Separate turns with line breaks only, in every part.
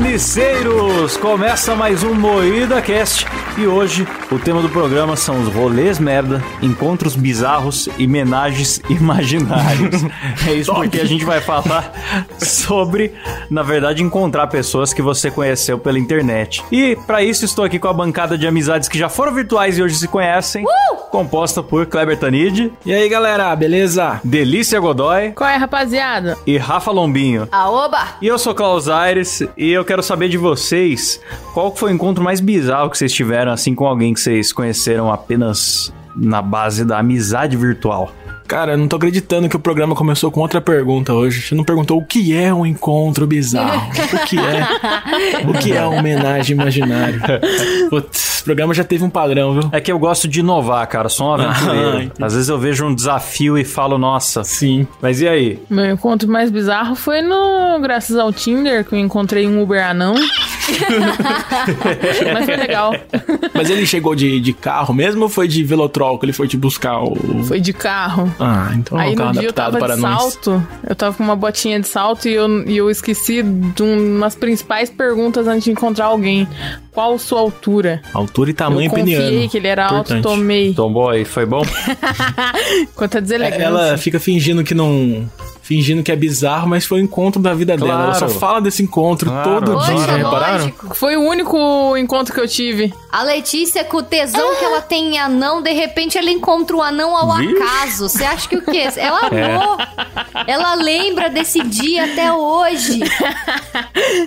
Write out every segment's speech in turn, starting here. Moliceiros! Começa mais um Moída Cast e hoje o tema do programa são os rolês merda, encontros bizarros e homenagens imaginários. é isso porque a gente vai falar sobre, na verdade, encontrar pessoas que você conheceu pela internet. E para isso estou aqui com a bancada de amizades que já foram virtuais e hoje se conhecem,
Uh!
composta por Kleber Tanid,
E aí, galera, beleza?
Delícia Godoy
Qual é, rapaziada?
e Rafa Lombinho.
Aoba!
E eu sou Klaus Aires e eu quero saber de vocês qual que foi o encontro mais bizarro que vocês tiveram assim com alguém que vocês conheceram apenas na base da amizade virtual.
Cara, eu não tô acreditando que o programa começou com outra pergunta hoje. Você não perguntou o que é um encontro bizarro? O que é? O que é uma homenagem imaginária? Putz, esse programa já teve um padrão, viu?
É que eu gosto de inovar, cara, sou um
Ah,
aventureiro.
entendi.
Às vezes eu vejo um desafio e falo, nossa,
Sim.
mas e aí?
Meu encontro mais bizarro foi no. Graças ao Tinder, que eu encontrei um Uber anão. Mas foi legal.
Mas ele chegou de, de carro mesmo ou foi de velotrol que ele foi te buscar o...
Foi de carro.
Ah, então é
Aí
um
no
carro
dia eu
adaptado
tava
para
de
nós.
salto, eu tava com uma botinha de salto e eu, e eu esqueci de um, umas principais perguntas antes de encontrar alguém. Qual sua altura?
Altura e
Eu
tamanho
confiei
peniano.
que ele era alto,
Importante. É,
tomei.
Tombou aí, foi bom?
Quanta deselegância.
Ela fica fingindo que não... Fingindo que é bizarro, mas foi o encontro da vida dela. Ela só
Claro.
fala desse encontro
Claro.
todo
Poxa,
dia, já
lógico.
repararam?
Foi o único encontro que eu tive.
A Letícia, com o tesão que ela tem em anão, de repente ela encontra o anão ao
Vixe.
acaso. Você acha que o quê? Ela
É.
amou. Ela lembra desse dia até hoje.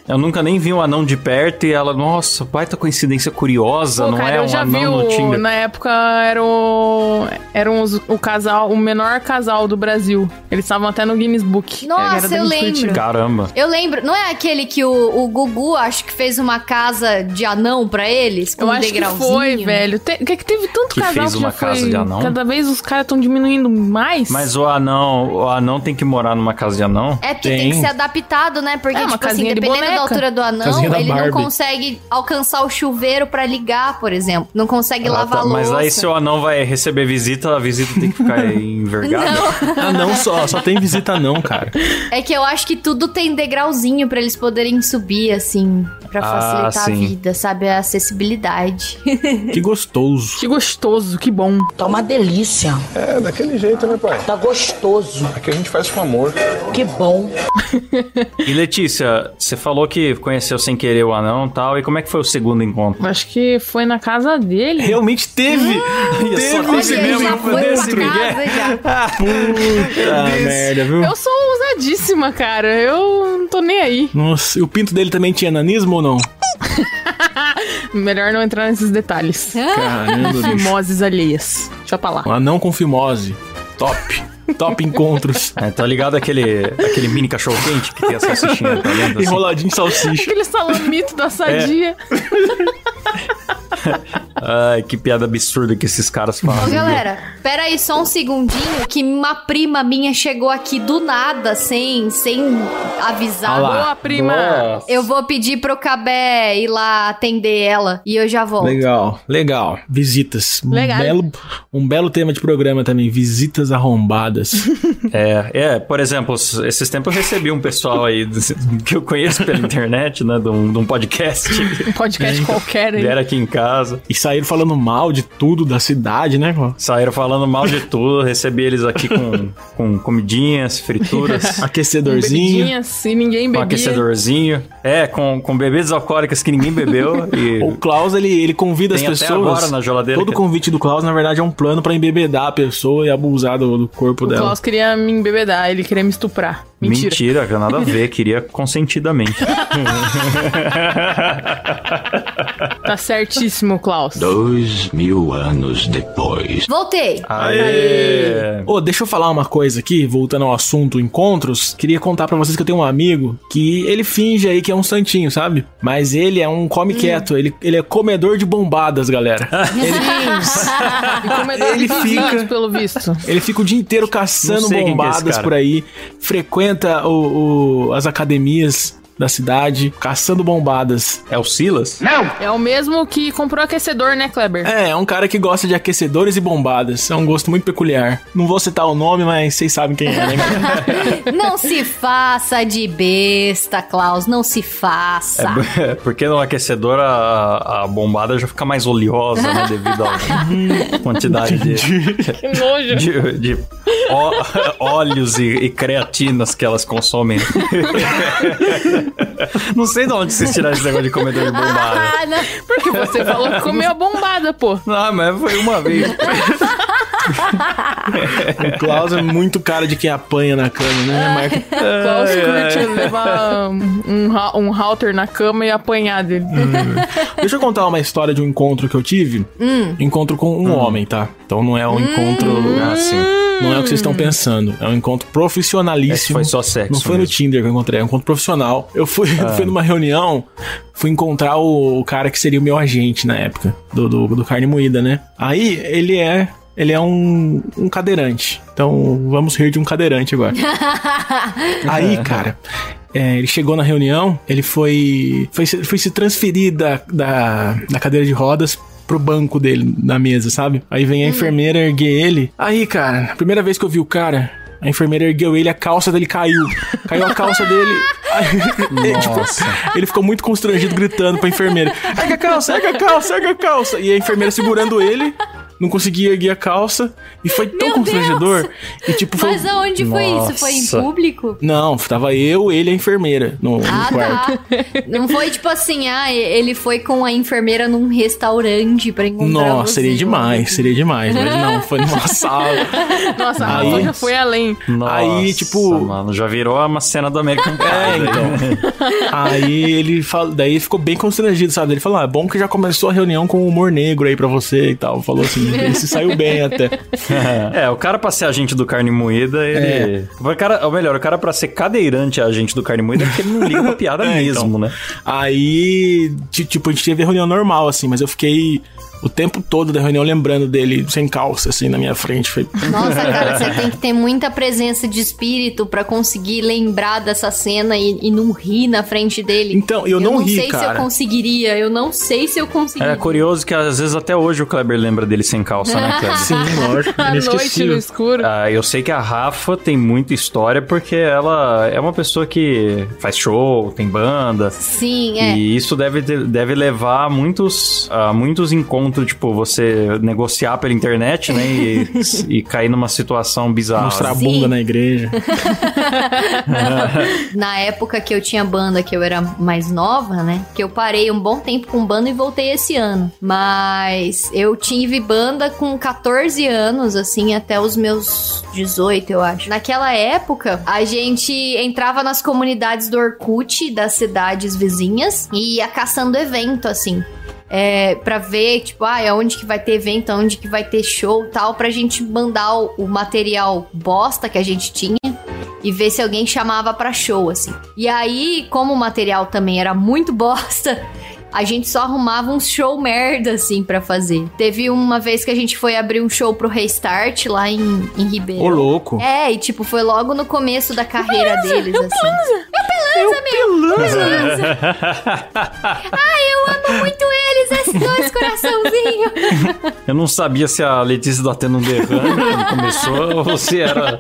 Eu nunca nem vi um anão de perto e ela, nossa, baita coincidência curiosa,
Pô,
não
cara,
é
eu
um
já
anão
vi
no
o,
Tinder.
na época era o era os- o casal, o menor casal do Brasil. Eles estavam até no Guinness Book.
Nossa,
Era da
eu
Miss Fit.
lembro.
Caramba.
Eu lembro, não é aquele que o, o Gugu, acho que fez uma casa de anão pra eles? Com
Eu
um
acho que
degrauzinho?
foi, velho. Te- que, que teve tanto
Que
casal
fez
que
uma
já foi.
casa de anão?
Cada vez os caras estão diminuindo mais.
Mas o anão, o anão tem que morar numa casa de anão?
É porque tem.
Tem.
que ser adaptado, né? Porque,
É, uma
tipo assim,
casinha de
dependendo da
boneca.
altura do
Casinha
anão,
da
ele não
Barbie.
consegue alcançar o chuveiro pra ligar, por exemplo. Não consegue
Ah, tá.
lavar a louça.
Mas aí se o anão vai receber visita, a visita tem que ficar envergada.
Ah, não só, só tem visita não, cara.
É que eu acho que tudo tem degrauzinho pra eles poderem subir, assim, pra
Ah,
facilitar
sim.
a vida, sabe? A acessibilidade.
Que gostoso.
Que gostoso, que bom.
Tá uma delícia.
É, daquele jeito, né, pai?
Tá gostoso.
Aqui a gente faz com amor.
Que bom.
E Letícia, você falou que conheceu sem querer o anão e tal, e como é que foi o segundo encontro?
Acho que foi na casa dele.
Realmente teve.
Hum, Olha, só
teve um
tem
esse
Olha,
mesmo
já foi é. pra
encontro.
casa.
já.
Puta merda, viu?
Eu sou ousadíssima, cara. Eu não tô nem aí.
Nossa, e o pinto dele também tinha nanismo ou não?
Melhor não entrar nesses detalhes.
É.
Ah,
Caramba, bicho.
Fimoses alheias. Deixa pra lá.
Um anão com fimose. Top. Top encontros.
É, tá ligado aquele, aquele mini cachorro quente que tem a salsichinha tá dentro, assim?
Enroladinho de salsicha.
Aquele salamito
É.
da sadia.
Ai, que piada absurda que esses caras fazem.
Ô,
viu?
galera, pera aí só um segundinho que uma prima minha chegou aqui do nada, sem, sem avisar.
Ah lá.
Boa, prima.
Nossa.
Eu vou pedir pro Cabé ir lá atender ela e eu já volto.
Legal, legal. Visitas. Um
Legal.
belo, um belo tema de programa também. Visitas arrombadas.
É, é, por exemplo, s- esses tempos eu recebi um pessoal aí desse- que eu conheço pela internet, né, de um, de um podcast.
Um podcast qualquer aí.
Vieram aqui em casa.
E saíram falando mal de tudo da cidade, né? Cló?
Saíram falando mal de tudo, recebi eles aqui com, com comidinhas, frituras,
Aquecedorzinho.
Bebidinhas e Um assim, ninguém
Um
com
bebia.
aquecedorzinho. É, com, com bebidas alcoólicas que ninguém bebeu. E
O Klaus, ele, ele convida
Tem
as
até
pessoas.
agora na geladeira
Todo
que-
convite do Klaus, na verdade, é um plano pra embebedar a pessoa e abusar do, do corpo
O
dela.
Klaus queria me embebedar, ele queria me estuprar. Mentira.
mentira, que nada a ver, queria consentidamente.
Tá certíssimo, Klaus.
Dois mil anos depois.
Voltei.
Ah. Aê!
Ô, deixa eu falar uma coisa aqui, voltando ao assunto encontros. Queria contar pra vocês que eu tenho um amigo que ele finge aí que é um santinho, sabe? Mas ele é um
Hum.
come quieto, ele, ele é comedor de bombadas, galera.
E comedor
Ele
de vizinhos,
fica-
pelo visto.
Ele fica o dia inteiro caçando
Não sei quem que é esse
bombadas
cara.
por aí, frequenta o- o- as academias da cidade, caçando bombadas.
É o Silas?
É o mesmo que comprou aquecedor, né, Kleber?
É, é um cara que gosta de aquecedores e bombadas. É um gosto muito peculiar. Não vou citar o nome, mas vocês sabem quem é, né?
Não se faça de besta, Klaus. Não se faça.
É, porque no aquecedor a, a bombada já fica mais oleosa, né? Devido à quantidade de,
Que nojo.
de, de ó- óleos e, e creatinas que elas consomem. Não sei de onde vocês tiraram esse negócio de comedor de bombada.
Ah, não.
Porque você falou que comeu a bombada, pô.
Ah, mas foi uma vez.
O Klaus é muito cara de quem apanha na cama, né? Marca...
Klaus curte levar um, ra- um halter na cama e apanhar dele.
Hum. Deixa eu contar uma história de um encontro que eu tive. Encontro com um homem, tá? Então não é um encontro.
Ah, sim.
Não é o que vocês estão pensando. É um encontro
Esse
profissionalíssimo.
foi só sexo
Não foi no
mesmo. Ah.
Tinder que eu encontrei, é um encontro profissional. Eu fui, fui numa reunião, fui encontrar o, o cara que seria o meu agente na época, do, do, do Carne Moída, né? Aí ele é. Ele é um, um cadeirante. Então vamos rir de um cadeirante agora. Aí, cara. é, ele chegou na reunião, ele foi, foi, se- foi se transferir da, da, da cadeira de rodas pro banco dele, na mesa, sabe? Aí vem a
Uhum.
enfermeira erguer ele. Aí, cara, a primeira vez que eu vi o cara, a enfermeira ergueu ele, a calça dele caiu. Caiu a calça dele. Aí, ele, tipo, ele ficou muito constrangido gritando pra enfermeira: ergue a calça, ergue a calça, ergue a calça. E a enfermeira segurando ele. Não conseguia erguer a calça. E foi tão
Meu
constrangedor.
Deus!
E tipo, foi.
Mas aonde foi isso? Foi em
Nossa.
público?
Não, tava eu, ele e a enfermeira no, no
Ah,
quarto.
tá. Não foi tipo assim, ah, e- ele foi com a enfermeira num restaurante pra encontrar
Nossa,
você.
seria demais, seria demais. Mas não, foi numa
Ah,
sala.
Nossa, a
Aí-
Rafa já foi além.
Nossa,
Aí, tipo-
mano, já virou uma cena do American Pie.
É, então. Aí ele fala, daí ele ficou bem constrangido, sabe? Ele falou: ah, é bom que já começou a reunião com o humor negro aí pra você e tal. Falou assim, ele se saiu bem até.
É, o cara pra ser agente do carne moída,
É.
ele. O cara, ou melhor, o cara pra ser cadeirante agente do carne moída, é porque ele não liga pra piada
É,
mesmo,
então.
né?
Aí, ti- tipo, a gente teve a reunião normal, assim, mas eu fiquei o tempo todo da reunião lembrando dele sem calça, assim, na minha frente. Foi
Nossa, cara, você tem que ter muita presença de espírito pra conseguir lembrar dessa cena e, e não rir na frente dele.
Então, eu não ri,
sei se
cara.
eu conseguiria, eu não sei se eu conseguiria.
É curioso que às vezes até hoje o Kleber lembra dele sem calça, né, Kleber?
Sim, lógico.
À noite no
inesquecível.
escuro.
Ah, eu sei que a Rafa tem muita história porque ela é uma pessoa que faz show, tem banda.
Sim, é.
E isso deve, ter- deve levar a muitos, a muitos encontros, tipo, você negociar pela internet, né? E, e cair numa situação bizarra.
Mostrar a
Sim.
bunda na igreja.
Na época que eu tinha banda, que eu era mais nova, né? Que eu parei um bom tempo com banda e voltei esse ano. Mas eu tive banda com 14 anos, assim, até os meus 18, eu acho. Naquela época, a gente entrava nas comunidades do Orkut, das cidades vizinhas, e ia caçando evento, assim. É, pra ver, tipo, ah, onde que vai ter evento, onde que vai ter show e tal, pra gente mandar o- o material bosta que a gente tinha e ver se alguém chamava pra show, assim. E aí, como o material também era muito bosta, a gente só arrumava um show merda, assim, pra fazer. Teve uma vez que a gente foi abrir um show pro Restart lá em, em Ribeirão.
Ô, louco.
É, e tipo, foi logo no começo da carreira deles, assim. É Eu amo muito eles, esses dois coraçãozinhos.
Eu não sabia se a Letícia tá tendo um derrame quando começou ou se era.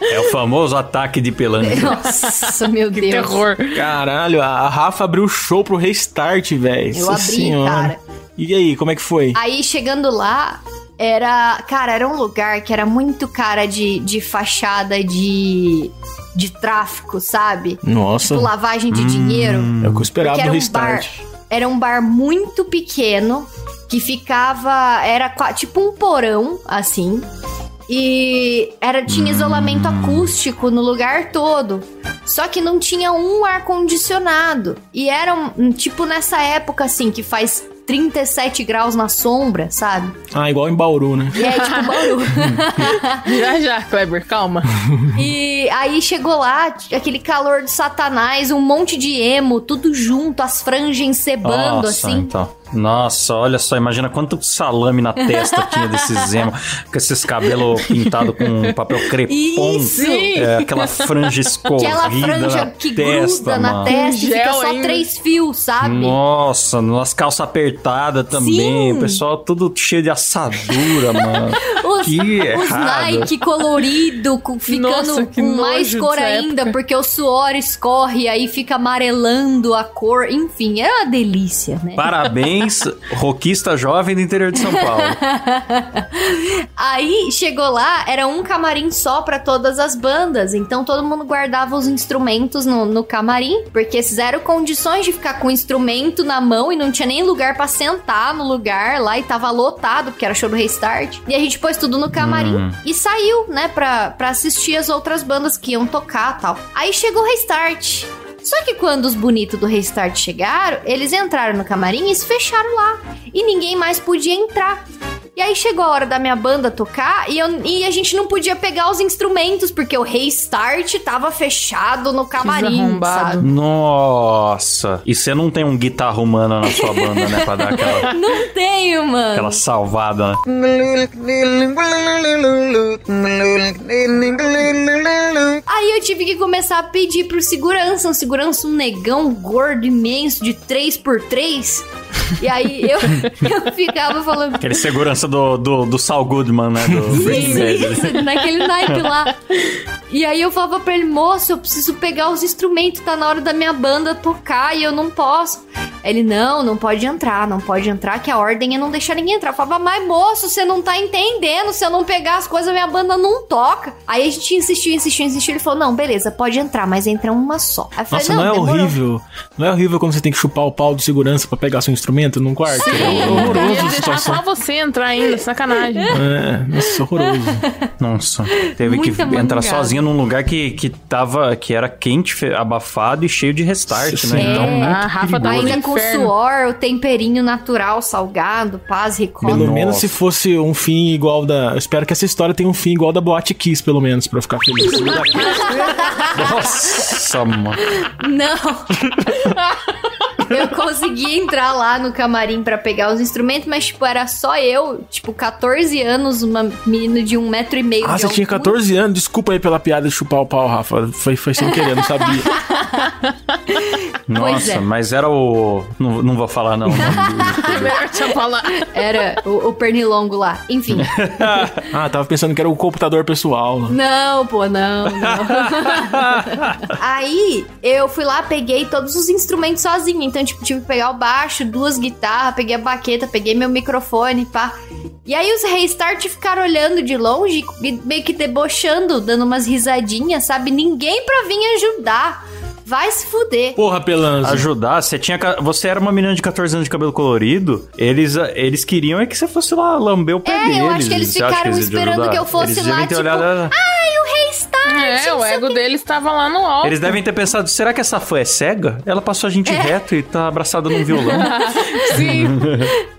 É o famoso ataque de pelanca.
Nossa, meu Deus.
Terror.
Caralho, a Rafa abriu o show pro restart, velho.
Eu abri, cara.
E aí, como é que foi?
Aí chegando lá, era. Cara, era um lugar que era muito cara de, de fachada de. de tráfico, sabe?
Nossa,
Tipo, lavagem de dinheiro.
é o que eu esperava
Porque
do
era um
restart.
Era um bar muito pequeno que ficava. Era qua- tipo um porão, assim. E era, tinha isolamento acústico no lugar todo. Só que não tinha um ar-condicionado. E era um, tipo nessa época, assim, que faz 37 graus na sombra, sabe?
Ah, igual em Bauru, né?
E aí, tipo, barulho.
Já já, Kleber, calma.
E aí chegou lá, t- aquele calor de satanás, um monte de emo, tudo junto, as franjas encebando,
Nossa,
assim.
então. Nossa, olha só, imagina quanto salame na testa tinha desse Zemo, com esses cabelos pintados com um papel crepom.
Isso!
É, aquela franja escorrida
Aquela franja
na
que
testa,
gruda na
mano.
testa e fica
Gel
só
ainda.
três fios, sabe?
Nossa, as calças apertadas também, o pessoal tudo cheio de assadura, mano.
Os,
que
os
errado.
Nike colorido, com- ficando
Nossa, que
com mais
nojo
cor
dessa
ainda, porque o suor escorre, aí fica amarelando a cor. Enfim, é uma delícia, né?
Parabéns, roquista jovem do interior de São Paulo.
Aí chegou lá, era um camarim só pra todas as bandas. Então todo mundo guardava os instrumentos no, no camarim, porque fizeram condições de ficar com o instrumento na mão e não tinha nem lugar pra sentar no lugar lá e tava lotado, porque era show do Restart. E a gente pôs tudo no camarim e saiu, né, pra, pra assistir as outras bandas que iam tocar tal. Aí chegou o Restart. Só que quando os bonitos do Restart chegaram, eles entraram no camarim e se fecharam lá. E ninguém mais podia entrar. E aí chegou a hora da minha banda tocar e, eu- e a gente não podia pegar os instrumentos, porque o restart tava fechado no camarim,
desarrombado.
sabe?
Nossa. E você não tem um guitarra humana na sua banda, né? Pra dar aquela,
Não tenho, mano.
aquela salvada, né?
Aí eu tive que começar a pedir pro segurança, um segurança, um negão gordo, imenso, de 3x3. E aí eu, eu ficava falando,
Aquele segurança do, do, do Saul Goodman, né? Do Breaking
Isso,
Bad. né?
isso, naquele naipe lá. E aí eu falava pra ele, moço, eu preciso pegar os instrumentos, tá na hora da minha banda tocar e eu não posso. Ele, não, não pode entrar, não pode entrar, que a ordem é não deixar ninguém entrar. Eu falava, mas moço, você não tá entendendo, se eu não pegar as coisas, minha banda não toca. Aí a gente insistiu, insistiu, insistiu, ele falou, não, beleza, pode entrar, mas entra uma só. Aí eu falei,
Nossa, não, é
demorou.
horrível. Não é horrível quando você tem que chupar o pau do segurança pra pegar seu instrumento num quarto? É
Eu
horroroso
ia
a
deixar
situação.
só você entrar ainda, sacanagem.
É, nossa, horroroso.
Nossa. Teve que
Muita
entrar
mangada.
sozinha num lugar que, que tava. que era quente, fe- abafado e cheio de restart,
Sim.
né? Então.
É.
Ah, a Rafa tá indo
Ainda com
inferno.
suor, o temperinho natural, salgado, paz, ricota.
Pelo
Nossa.
menos se fosse um fim igual da. Eu espero que essa história tenha um fim igual da Boate Kiss, pelo menos, pra eu ficar feliz.
Nossa, mano.
Não. eu consegui entrar lá no camarim pra pegar os instrumentos, mas, tipo, era só eu, tipo, 14 anos, uma menina de um metro e meio
Ah,
de
você tinha
altura.
14 anos. Desculpa aí pela piada de chupar o pau, Rafa. Foi, foi sem querer, não sabia.
Nossa,
é.
mas era o. Não, não vou falar, não.
Melhor te falar.
Era o, o pernilongo lá. Enfim.
Ah, tava pensando que era o computador pessoal. né?
Não, pô, não, não. Aí eu fui lá, peguei todos os instrumentos sozinha. Então, tipo, tive que pegar o baixo, duas guitarras, peguei a baqueta, peguei meu microfone, pá. E aí os restart ficaram olhando de longe, e meio que debochando, dando umas risadinhas, sabe? Ninguém pra vir ajudar. Vai se fuder.
Porra, Pelanza.
ajudar. Você tinha, ca- você era uma menina de 14 anos de cabelo colorido. Eles, eles queriam é que você fosse lá lamber o pé
É,
deles.
eu acho que eles
Você acha
ficaram
iam te
esperando
ajudar?
que eu fosse
eles
lá,
devem ter
tipo,
olhado-
É, o ego deles tava lá no
"Ah,
alto.
oh."
Eles devem ter pensado, será que essa fã é cega? Ela passou a gente
É.
reto e tá abraçada num violão.
Sim.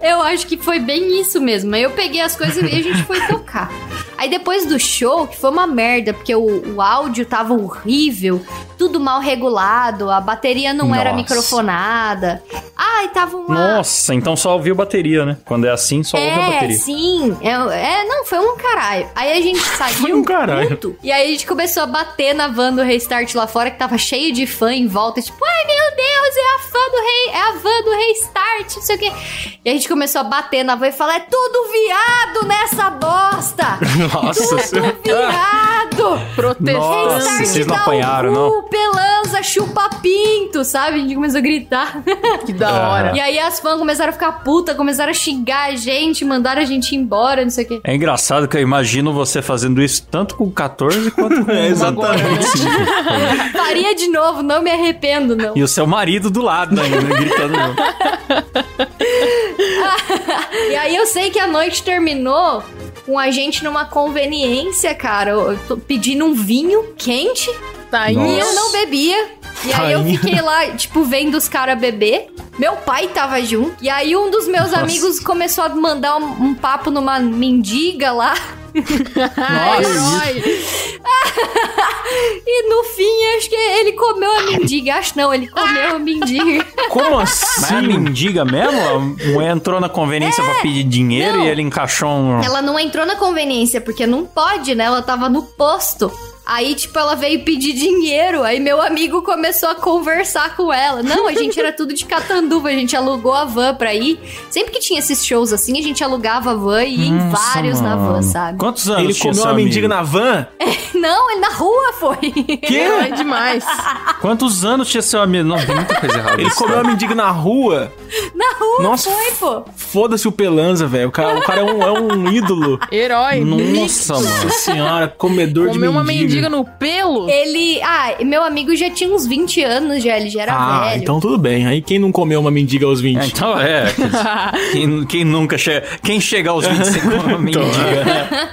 Eu acho que foi bem isso mesmo. Aí eu peguei as coisas e a gente foi tocar. Aí depois do show, que foi uma merda, porque o, o áudio tava horrível, tudo mal regulado, a bateria não era
Nossa.
microfonada. Ai, tava uma.
Nossa, então só ouviu bateria, né? Quando é assim, só ouve a
É,
bateria.
sim. É, é, não, foi um caralho. Aí a gente saiu.
Foi um caralho.
puto, e aí a gente começou a bater na van do Restart lá fora, que tava cheio de fã em volta. Tipo, ai meu Deus, é a fã do rei, é a van do Restart, não sei o quê. E a gente começou a bater na van e falar: é tudo viado nessa bosta!
Nossa,
tudo viado!
Protestando.
Nossa,
Restart
vocês não
dá o
apanharam,
cu,
não?
Pelanza, chupa pinto, sabe? A gente começou a gritar.
Que da
É.
hora.
E aí as fãs começaram a ficar puta, começaram a xingar a gente, mandaram a gente embora, não sei o quê.
É engraçado que eu imagino você fazendo isso tanto com 14 quanto com
É, exatamente.
Faria de novo, não me arrependo, não.
E o seu marido do lado ainda, gritando.
E aí eu sei que a noite terminou com a gente numa conveniência, cara. Eu eu tô pedindo um vinho quente e
Tainha.
eu não bebia. E aí eu
Rainha.
fiquei lá, tipo, vendo os caras beber. Meu pai tava junto. E aí um dos meus
Nossa.
amigos começou a mandar um, um papo numa mendiga lá. Ah, herói. e no fim, acho que ele comeu a mendiga. Acho não, ele comeu a mendiga.
Como
Mas a
assim?
mendiga mesmo? A mulher entrou na conveniência pra pedir dinheiro
Não.
e ele encaixou um.
Ela não entrou na conveniência, porque não pode, né? Ela tava no posto. Aí, tipo, ela veio pedir dinheiro. Aí meu amigo começou a conversar com ela. Não, a gente era tudo de catanduva. A gente alugou a van pra ir. Sempre que tinha esses shows assim, a gente alugava a van e ia em
Nossa,
vários na van,
mano.
sabe?
Quantos anos
Ele
tinha
comeu
seu
uma mendiga
amigo?
na van?
Não, ele na rua foi.
É demais.
Quantos anos tinha seu amigo? Não, tem muita coisa errada.
Ele
nisso,
comeu
né?
uma mendiga na rua?
na rua
Nossa.
foi, pô.
Foda-se o Pelanza, velho. O cara, o cara é, um, é um ídolo.
Herói.
Nossa, mano.
Nossa senhora, comedor de
Comeu uma
mendiga.
mendiga no pelo?
Ele. Ah, meu amigo já tinha uns 20 anos já, ele já era
Ah,
velho.
então tudo bem. Aí quem não comeu uma mendiga aos
É,
20?
então é. Quem, quem nunca chega. Quem chegar aos 25 come uma mendiga.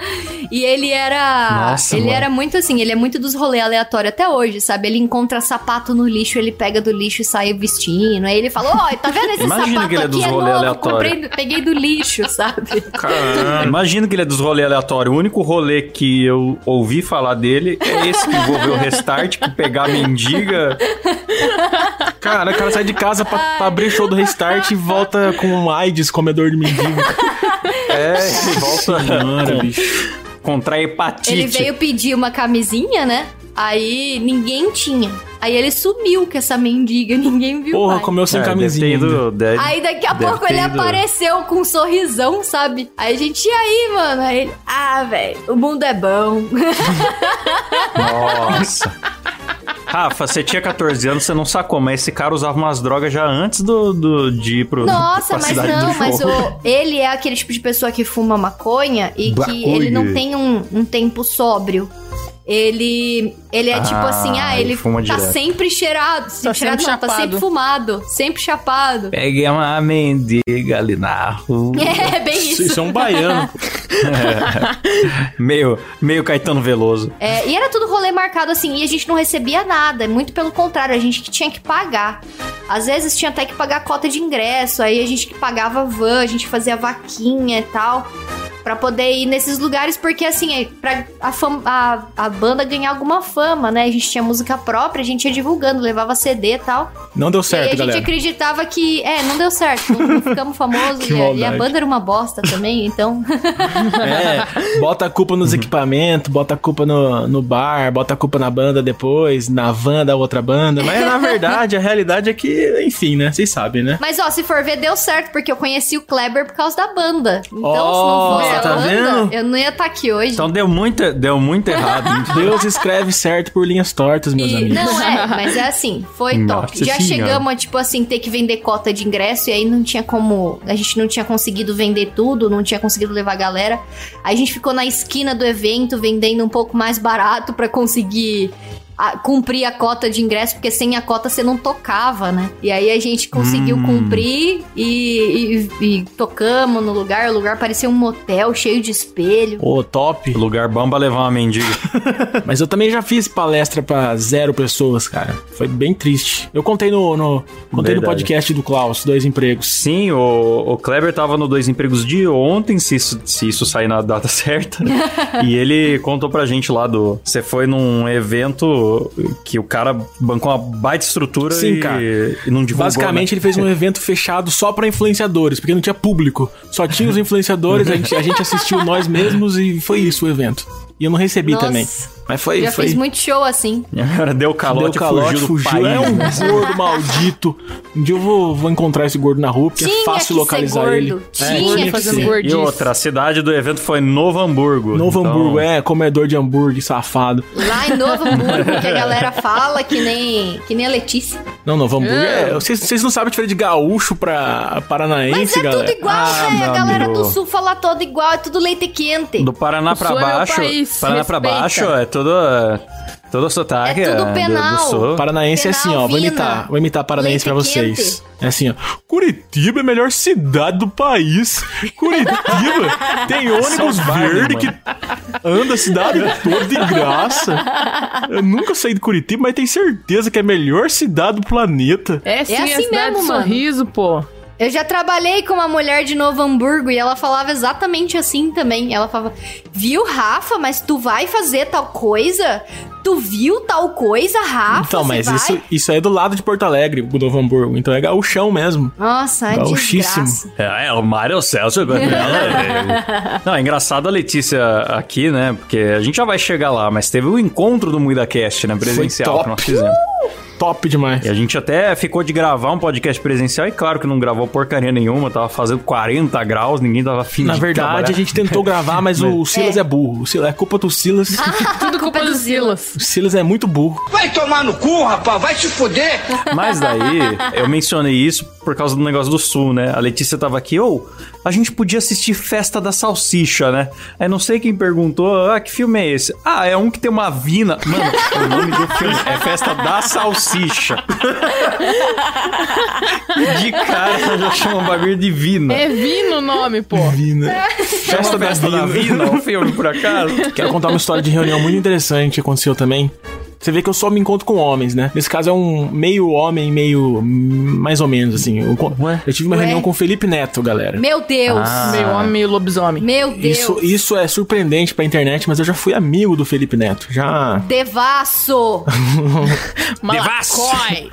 E ele era.
Nossa,
ele
mano.
era muito assim, ele é muito dos rolê aleatório até hoje, sabe? Ele encontra sapato no lixo, ele pega do lixo e sai vestindo. Aí ele fala: Ó, tá vendo esse
Imagina
sapato
que ele é
aqui?
dos
é
rolê
novo,
aleatório.
comprei do- peguei do lixo, sabe?
Caramba. Imagina que ele é dos rolê aleatório. O único rolê que eu ouvi falar dele é esse que envolveu o restart, que pegar a mendiga.
Cara, o cara sai de casa pra, pra abrir show do restart e volta com um AIDS, comedor de mendiga.
É, ele volta
Senhora, bicho.
a contra a hepatite.
Ele veio pedir uma camisinha, né? Aí ninguém tinha. Aí ele sumiu com essa mendiga, ninguém viu.
Porra,
mais.
comeu sem
É, deve
camisinha.
ter
ainda.
ido- deve-
Aí daqui a
deve
pouco
ter
ele
ido-
apareceu com um sorrisão, sabe? Aí a gente, e aí, mano? Aí ele, ah, velho, o mundo é bom.
Nossa. Rafa, você tinha 14 anos, você não sacou, mas esse cara usava umas drogas já antes do, do- de ir pro.
Nossa,
pra
mas
cidade
não,
do
mas
show.
o- ele é aquele tipo de pessoa que fuma maconha e que
Maconha.
ele não tem um, um tempo sóbrio. Ele, ele é tipo
Ah,
assim, ah,
ele
ele
fuma
tá
direto.
sempre cheirado, sempre
Tá
cheirado
sempre
não, tá
chapado.
sempre fumado, sempre chapado.
Peguei uma mendiga ali na rua.
É, bem
Isso,
isso.
isso é um baiano.
meio, meio Caetano Veloso.
É, e era tudo rolê marcado assim, e a gente não recebia nada, muito pelo contrário, a gente que tinha que pagar. Às vezes tinha até que pagar cota de ingresso, aí a gente que pagava van, a gente fazia vaquinha e tal. Pra poder ir nesses lugares, porque assim, é pra a, fam- a, a banda ganhar alguma fama, né? A gente tinha música própria, a gente ia divulgando, levava CD e tal.
Não deu
e aí a
certo,
gente
galera.
acreditava que. É, não deu certo, não, não ficamos famosos.
Que
e, a- e a
maldade.
banda era uma bosta também, então.
É, bota a culpa nos equipamentos, bota a culpa no, no bar, bota a culpa na banda depois, na van da outra banda. Mas na verdade, a realidade é que, enfim, né? Vocês sabem, né?
Mas ó, se for ver, deu certo, porque eu conheci o Kleber por causa da banda. Então,
Ó,
se não fosse a
tá
banda,
vendo?
eu não ia estar aqui hoje.
Então deu muito, deu muito errado.
Deus escreve certo por linhas tortas, meus
E-
amigos.
não, é, mas é assim, foi
Nossa
top. Já
senhora.
chegamos a, tipo assim, ter que vender cota de ingresso, e aí não tinha como. A gente não tinha conseguido vender tudo, não tinha conseguido levar a galera. Aí a gente ficou na esquina do evento, vendendo um pouco mais barato pra conseguir. a- cumprir a cota de ingresso, porque sem a cota você não tocava, né? E aí a gente conseguiu
Hum.
cumprir e, e- e tocamos no lugar. O lugar parecia um motel cheio de espelho.
Ô, top.
Lugar bom pra levar uma mendiga.
Mas eu também já fiz palestra pra zero pessoas, cara. Foi bem triste. Eu contei no, no- contei no
Verdade.
podcast do Klaus, dois empregos.
Sim, o, o Kleber tava no Dois Empregos de ontem, se isso, se isso sair na data certa. e ele contou pra gente lá do. Você foi num evento que o cara bancou uma baita estrutura
Sim,
e,
cara.
e não divulgou. né?
Basicamente, ele fez um evento fechado só pra influenciadores, porque não tinha público. Só tinha os influenciadores, a, gente, a gente assistiu nós mesmos e foi isso o evento. E eu não recebi
Nossa.
também. Mas foi.
Já
foi
fiz muito show assim.
Né? Deu
Deu
calote,
calote,
fugiu do
fugiu.
país.
É um gordo maldito. Um dia eu vou, vou encontrar esse gordo na rua, porque é
Tinha
fácil
que
localizar
ser
ele.
gordo. Tinha
é,
que
que
fazendo
ser.
gordice.
E outra, a cidade do evento foi Novo Hamburgo.
Novo
Então,
Hamburgo, é, comedor de hambúrguer, safado.
Lá em Novo Hamburgo, que a galera fala que nem, que nem a Letícia.
Não, Novo Hamburgo é. Vocês, vocês não sabem a diferença de gaúcho pra paranaense,
Mas é
galera.
tudo igual,
Ah,
velho.
meu
A galera
amigo.
do sul fala todo igual, é tudo leite quente.
Do Paraná
O
pra
sul é meu
baixo.
país,
Paraná pra
respeita.
baixo é todo. Todo sotaque.
É tudo
do-
penal.
Do, sul.
Paranaense é
Penal,
assim, ó. Vou
Vina.
imitar. Vou imitar paranaense pra
Leite
vocês. É assim, ó. Curitiba é a melhor cidade do país. Curitiba tem ônibus
São Barney,
verde que anda a cidade toda de graça. Eu nunca saí de Curitiba, mas tenho certeza que é a melhor cidade do planeta.
É sim,
assim
a cidade
mesmo,
do
mano.
sorriso, pô.
Eu já trabalhei com uma mulher de Novo Hamburgo e ela falava exatamente assim também. Ela falava: viu, Rafa, mas tu vai fazer tal coisa? Tu viu tal coisa, Rafa?
Então,
Você
mas
vai?
isso, isso é do lado de Porto Alegre, do Novo Hamburgo. Então é gauchão mesmo.
Nossa, é
Gauchíssimo.
desgraça.
É, é, o Mário é o Celso. né? Não, é engraçado a Letícia aqui, né? Porque a gente já vai chegar lá, mas teve o encontro do MuidaCast, né? Presencial
Foi
que nós
top.
fizemos.
Top demais.
E a gente até ficou de gravar um podcast presencial e claro que não gravou porcaria nenhuma, tava fazendo 40 graus, ninguém tava afim
Na
de
verdade,
trabalhar.
a gente tentou gravar, mas o Silas é, burro. O Silas, é culpa do Silas.
Tudo culpa do Silas.
o Silas é muito burro.
Vai tomar no cu, rapaz, vai se fuder!
Mas daí, eu mencionei isso por causa do negócio do Sul, né? A Letícia tava aqui, ou a gente podia assistir Festa da Salsicha, né? Aí não sei quem perguntou, ah, que filme é esse? Ah, é um que tem uma vina. Mano, o nome do filme é Festa da Salsicha. de cara, ela já chama o bagulho de vina.
É Vino o nome, pô.
Festa, Festa da Vina, o filme, por acaso?
Quero contar uma história de reunião muito interessante que aconteceu também. Você vê que eu só me encontro com homens, né? Nesse caso é um meio homem, meio. hum, mais ou menos, assim. Eu, con- eu tive uma
Ué?
reunião com o Felipe Neto, galera.
Meu Deus.
Meu um homem, meio lobisomem.
Meu Deus.
Ah, Isso, isso é surpreendente pra internet, mas eu já fui amigo do Felipe Neto. Já.
Devasso.
Malacói.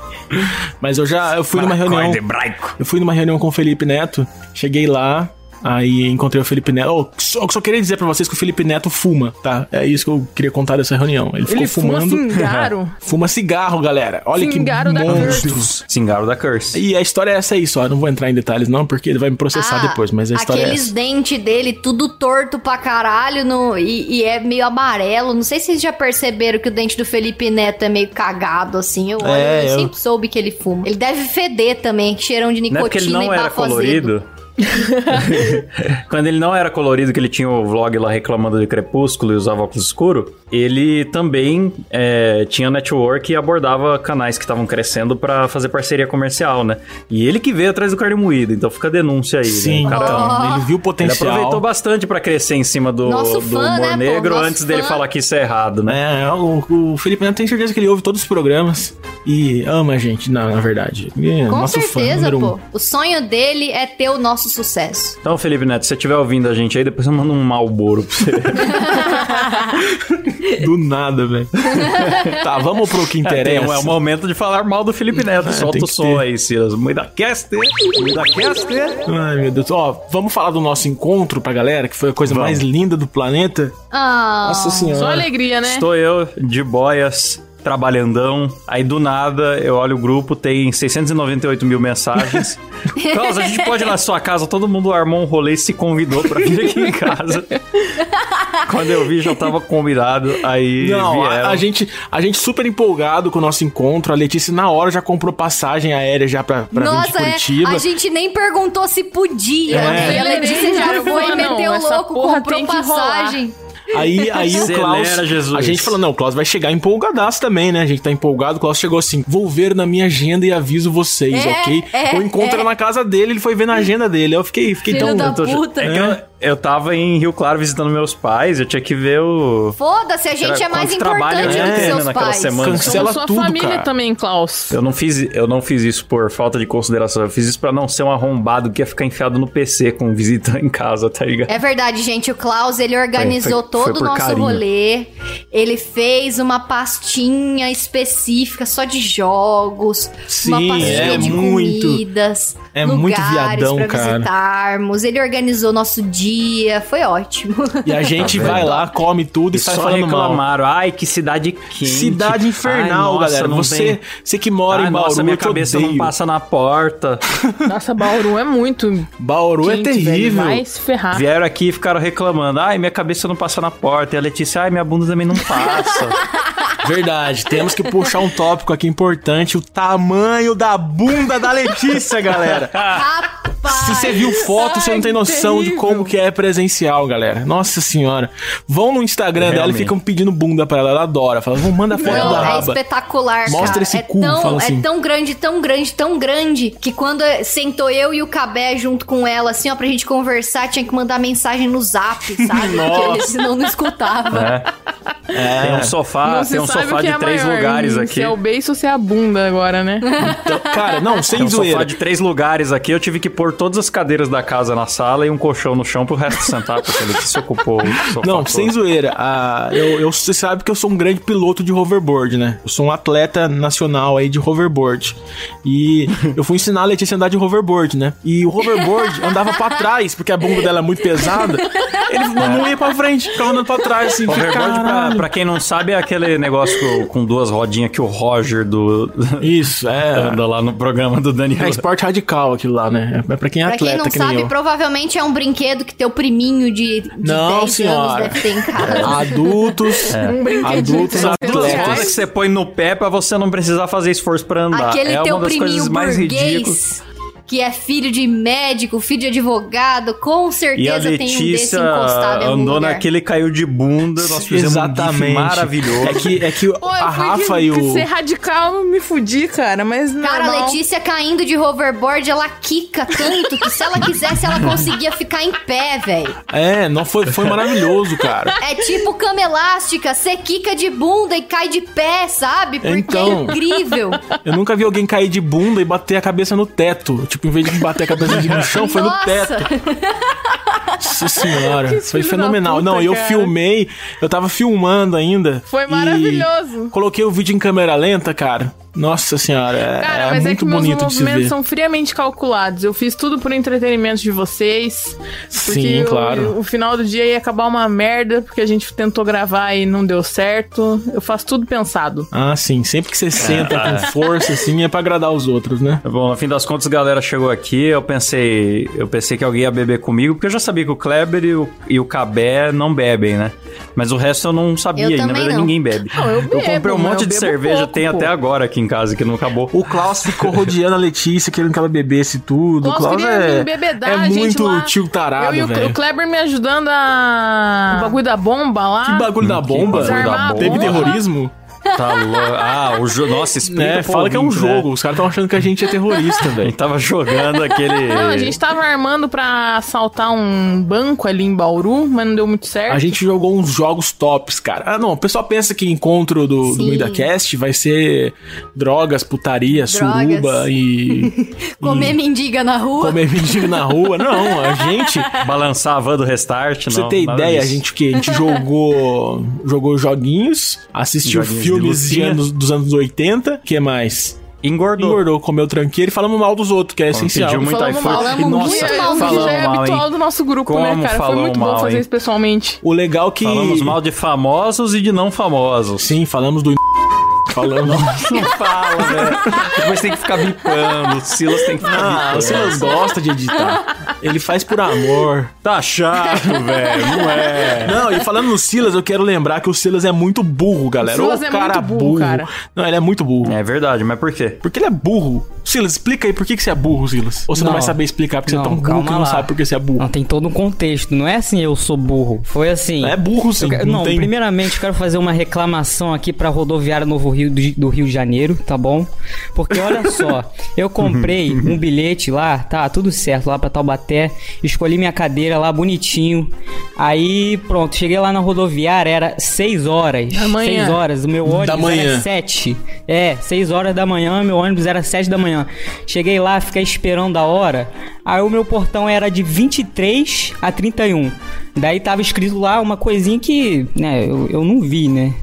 Mas eu já. Eu fui numa
é
reunião.
hebraico.
Eu fui numa reunião com o Felipe Neto, cheguei lá, aí encontrei o Felipe Neto. Oh, só, só queria dizer pra vocês que o Felipe Neto fuma, tá? É isso que eu queria contar dessa reunião. Ele ficou
Ele fuma
fumando.
cingaro?
fuma cigarro, galera. Olha
Cingaro
que
da
monstro.
Singaro da Curse.
E a história é essa aí só, eu não vou entrar em detalhes não, porque ele vai me processar
Ah,
depois, mas a história é
Aqueles
essa.
dentes dele tudo torto pra caralho no, e, e é meio amarelo. Não sei se vocês já perceberam que o dente do Felipe Neto é meio cagado, assim. Eu, olho,
É,
eu
eu-
sempre soube que ele fuma. Ele deve feder também, cheirão de
Não é
nicotina
porque ele
e tá
não era
bafozedo.
colorido. Quando ele não era colorido, que ele tinha o vlog lá reclamando de crepúsculo e usava óculos escuro, ele também é, tinha network e abordava canais que estavam crescendo pra fazer parceria comercial, né? E ele que veio atrás do carne moída, então fica a denúncia aí.
Sim,
né? O cara-
então, ele viu o
Ele
potencial.
aproveitou bastante pra crescer em cima do,
Nosso
do
fã,
humor
né, pô?
negro
Nosso
antes dele
fã.
falar que isso é errado, né?
É, o, o Felipe Neto tem certeza que ele ouve todos os programas e ama a gente, na, na verdade. Ele É,
Com
nosso fã
certeza,
número um.
pô. O sonho dele é ter o nosso sucesso.
Então, Felipe Neto, se você estiver ouvindo a gente aí, depois eu mando um malboro pra você.
Do nada, velho. tá, vamos pro que
Tem,
interessa.
é o momento de falar mal do Felipe Neto. É, Solta
tem
o
que
som
ter.
aí, Silas. Muita cast, muita cast.
É.
Ai, meu Deus. Ó, vamos falar do nosso encontro pra galera, que foi a coisa mais linda do planeta.
Ah,
Nossa senhora.
Só alegria, né?
Estou eu de boias, trabalhandão. Aí do nada eu olho o grupo, tem 698 mil mensagens. Carlos, a gente pode ir na sua casa, todo mundo armou um rolê e se convidou pra vir aqui em casa. Quando eu vi, já tava convidado. Aí
Não,
vieram.
a, a gente, a gente super empolgado com o nosso encontro. A Letícia, na hora, já comprou passagem aérea já pra, pra vir de
Nossa, é,
Curitiba.
a gente nem perguntou se podia.
É.
né? E a Letícia já
Eu
foi,
falei, não,
meteu o
essa
louco,
porra
comprou
tem que
passagem.
Aí, aí o
Acelera,
Klaus.
Jesus.
A gente falou, não, o Klaus vai chegar empolgadaço também, né? A gente tá empolgado. O Klaus chegou assim: vou ver na minha agenda e aviso vocês,
É,
ok?
é,
o encontro era na casa dele, ele foi ver na agenda dele. Eu fiquei, fiquei
Filho
tão.
da
eu tô-
puta.
É que eu, eu tava em Rio Claro visitando meus pais, eu tinha que ver o.
Foda-se, a gente
Era
é mais
quanto trabalho
importante
eu
do que
tinha
seus
né, naquela
pais.
semana.
Somos
Cancela
sua
tudo,
família
cara.
também, Klaus.
Eu não fiz, eu não fiz isso por falta de consideração. Eu fiz isso pra não ser um arrombado que ia ficar enfiado no PC com visita em casa, tá ligado?
É verdade, gente. O Klaus, ele organizou
Foi- foi- foi
todo o
por
nosso
carinho.
rolê. Ele fez uma pastinha específica só de jogos.
Sim,
uma pastinha
é
de
muito-
comidas.
é
lugares
muito viadão,
pra
cara.
visitarmos. Ele organizou nosso dia. Foi ótimo.
E a gente
Tá vendo?
vai lá, come tudo e, sai
só
falando mal.
reclamaram. Ai, que cidade quente.
Cidade infernal,
Ai, nossa,
galera.
não
Você,
tem-
você que mora
Ai,
em Bauru,
nossa, minha
eu te
cabeça
odeio.
não passa na porta.
Nossa, Bauru é muito.
Bauru
quente,
é
velho,
terrível.
Vai se ferrar.
Vieram aqui e ficaram reclamando. Ai, minha cabeça não passa na porta. E a Letícia, ai, minha bunda também não passa.
Verdade. Temos que puxar um tópico aqui importante, o tamanho da bunda da Letícia, galera.
Rapaz! tá
Se você viu foto, você não tem noção de
terrível.
como que é presencial, galera. Nossa senhora. Vão no Instagram dela e
Realmente.
ficam pedindo bunda pra ela. Ela adora. Fala, "Vou, manda foto
Não,
da
é
raba.
espetacular,
Mostra
cara.
esse
é
cu,
tão,
fala
É
assim.
tão grande, tão grande, tão grande, que quando eh, sentou eu e o Cabé junto com ela, assim, ó, pra gente conversar, tinha que mandar mensagem no zap, sabe? Porque
Nossa.
ele, senão não escutava.
né? É, tem um sofá,
Ah,
não
tem
se
um
sabe
sofá
o que
de
é
três
maior,
lugares aqui.
Se é o beiço ou se é a bunda agora, né?
Então, cara, não, sem
Tem um
zoeira.
sofá de três lugares aqui, eu tive que pôr todas as cadeiras da casa na sala e um colchão no chão pro resto sentar, porque ele se ocupou o sofá
Não,
todo.
sem zoeira. Ah, eu, eu- você sabe que eu sou um grande piloto de hoverboard, né? Eu sou um atleta nacional aí de hoverboard. E eu fui ensinar a Letícia a andar de hoverboard, né? E o hoverboard andava pra trás, porque a bunda dela é muito pesada. Ele não, não ia pra frente, ficava andando pra trás, assim.
Hoverboard, pra,
Hoverboard
pra quem não sabe, é aquele negócio com, com duas rodinhas que o Roger do...
Isso, é.
anda lá no programa do Danilo.
É esporte radical aquilo lá, né? É pra quem é
Pra
atleta,
quem não
que nem
sabe,
eu.
provavelmente é um brinquedo que teu priminho de, de
Não,
10
senhora.
anos deve ter em casa.
É. Adultos,
É.
adultos,
Tem duas
Duas
atletas.
rodas que você põe no pé pra você não precisar fazer esforço pra andar.
Aquele
é
teu
uma das coisas
priminho
mais ridículas.
burguês que é filho de médico, filho de advogado, com
E a
certeza tem um desse
Letícia
encostado em algum
andou
lugar.
naquele, caiu de bunda. Nós fizemos um gif maravilhoso.
É que, é que
Pô, eu
a
fui
Rafa
de-
e o.
Ser radical, eu me fudi, cara, mas não. é
Cara, a Letícia caindo de hoverboard, ela quica tanto que se ela quisesse, ela conseguia ficar em pé, velho.
É, não foi, foi maravilhoso, cara.
É tipo cama elástica, você quica de bunda e cai de pé, sabe? Porque
Então.
é incrível.
Eu nunca vi alguém cair de bunda e bater a cabeça no teto. Tipo, em vez de bater a cabeça no
Então
chão, foi no
Nossa!
teto. Nossa senhora, foi
filho da
fenomenal.
puta,
não, eu
cara.
filmei, eu tava filmando ainda.
Foi
e
maravilhoso.
Coloquei o vídeo em câmera lenta, cara. Nossa senhora, é,
Cara,
é
mas é
muito
que meus
bonito de se
movimentos
ver.
são friamente calculados. Eu fiz tudo por entretenimento de vocês. Porque
Sim,
o-
claro.
O, final do dia ia acabar uma merda, porque a gente tentou gravar e não deu certo. Eu faço tudo pensado.
Ah, sim, sempre que você senta com força, assim, é pra agradar os outros, né?
Bom, no fim das contas, a galera chegou aqui. Eu pensei, eu pensei que alguém ia beber comigo, porque eu já sabia que o Kleber e o, e o Cabé não bebem, né? Mas o resto eu não sabia,
Eu
e na
também
verdade
não.
ninguém bebe.
Não, eu bebo,
comprei um
mas
monte
eu
de
bebo
cerveja,
pouco,
tem
pô.
até agora aqui em casa, que não acabou.
O Klaus ficou rodeando a Letícia, querendo que ela bebesse tudo.
Nossa,
o Klaus
queria
é,
me embebedar,
é
gente,
muito
lá.
tio tarado,
eu e o,
velho.
o Kleber me ajudando a. O bagulho da bomba lá.
Que bagulho da bomba?
desarmar a
Teve
bomba.
terrorismo?
Tá louco. Ah, o jogo. Nossa, explica.
É,
pro
fala que é um
ouvinte, né?
jogo. Os caras estão achando que a gente é terrorista,
A
velho.
gente tava jogando aquele.
Não, a gente tava armando pra assaltar um banco ali em Bauru, mas não deu muito certo.
A gente jogou uns jogos tops, cara. Ah, não. O pessoal pensa que encontro do, do
Sim.
MidaCast vai ser drogas, putaria, suruba e
Hum.
Comer mendiga na rua.
comer mendigo na rua. Não, a gente.
Balançar a van do restart,
Pra
não.
você ter
nada
ideia, a
disso.
gente o quê? A gente jogou, jogou joguinhos, assistiu
Joguinhos de
filmes de
lutinha.
anos, dos anos 80. O que mais?
Engordou.
Engordou, comeu tranqueiro e falamos mal dos outros, que é
Bom,
essencial.
pediu muito
Falamos
iFood.
mal, né,
E,
falamos
tá nossa,
muito mal,
Isso
falamos
já é
mal, hein?
habitual do nosso grupo,
Como
né, cara? Foi
falamos
muito
mal,
bom fazer
hein?
isso pessoalmente.
O legal é que.
Falamos mal de famosos e de não famosos.
Sim, falamos do. Falamos.
Não fala, velho. Depois tem que ficar bipando. O Silas tem que ficar
né? Ah,
bipando.
o Silas gosta de editar. Ele faz por amor.
Tá chato, velho. Não é.
Não, e falando no Silas, eu quero lembrar que o Silas é muito burro, galera.
O
O
Silas é
cara
muito burro, cara.
Não, ele é muito burro.
É verdade, mas por quê?
Porque ele é burro. Silas, explica aí por que, que você é burro, Silas. Ou você não, vai saber explicar porque
não,
você é tão burro
calma
que não
lá.
sabe por que você é
Não,
burro.
tem todo um contexto. Não é assim, eu sou burro. Foi assim.
É burro, sim.
Eu quero-
não,
não,
tem...
primeiramente eu quero fazer uma reclamação aqui pra rodoviária Novo Rio do, do Rio de Janeiro, tá bom? Porque olha só, eu comprei um bilhete lá, tá tudo certo, lá pra Taubaté, escolhi minha cadeira lá bonitinho. Aí, pronto, cheguei lá na rodoviária, era 6 horas.
Da manhã.
6 horas, o meu ônibus
Da manhã.
era 7. É, 6 horas da manhã, meu ônibus era 7 da manhã. Cheguei lá, fiquei esperando a hora. Aí o meu portão era de 23 a 31. Daí tava escrito lá uma coisinha que, né, eu, eu não vi, né?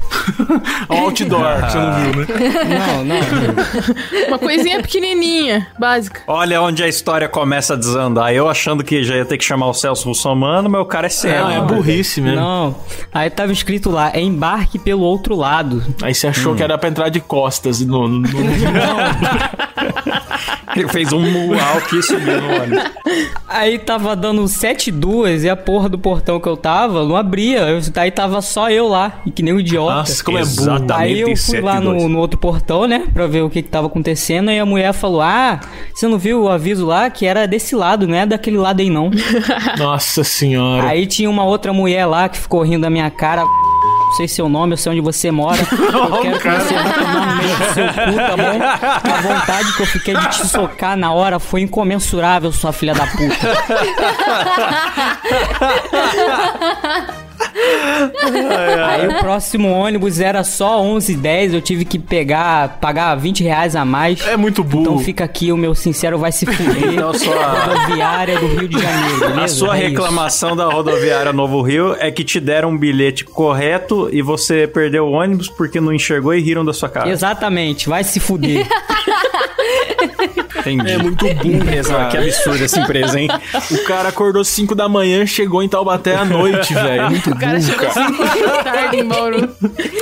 Ó, o outdoor, que você não viu, né?
Não, não.
Uma coisinha pequenininha, básica.
Olha onde a história começa a desandar. Eu achando que já ia ter que chamar o Celso Russomano, mas o cara é cego.
Não, é burrice mesmo.
não. Aí tava escrito lá, embarque pelo outro lado.
Aí você achou que era pra entrar de costas no, no- no-
Ele fez um mual que subiu no ônibus.
Aí tava dando 7 duas e a porra do portão que eu tava não abria. Eu, aí tava só eu lá, e que nem um idiota.
Nossa, como é burro.
Exatamente.
Aí eu fui
97
lá
dois.
no, no outro portão, né? Pra ver o que, que tava acontecendo. E a mulher falou: Ah, você não viu o aviso lá que era desse lado, não é daquele lado aí não.
Nossa senhora.
aí tinha uma outra mulher lá que ficou rindo da minha cara. Não sei seu nome, eu sei onde você mora. Eu quero que você vá tomar no meio do seu cu, tá bom? A vontade que eu fiquei de te socar na hora foi incomensurável, sua filha da puta. Aí o próximo ônibus era só 11h10, eu tive que pegar, pagar 20 reais a mais.
É muito burro.
Então fica aqui, o meu sincero vai se fuder.
Então, só-
Rodoviária do Rio de Janeiro, beleza?
A sua
É isso.
reclamação da rodoviária Novo Rio é que te deram um bilhete correto e você perdeu o ônibus porque não enxergou e riram da sua
Tá.
cara.
Exatamente, vai se fuder.
Entendi.
É muito burro,
Exato.
cara.
Que absurdo essa empresa, hein?
O cara acordou 5 da manhã, chegou em Taubaté à noite, velho. É muito
O cara
burro,
chegou assim,
cara.
cinco da tarde em Bauru.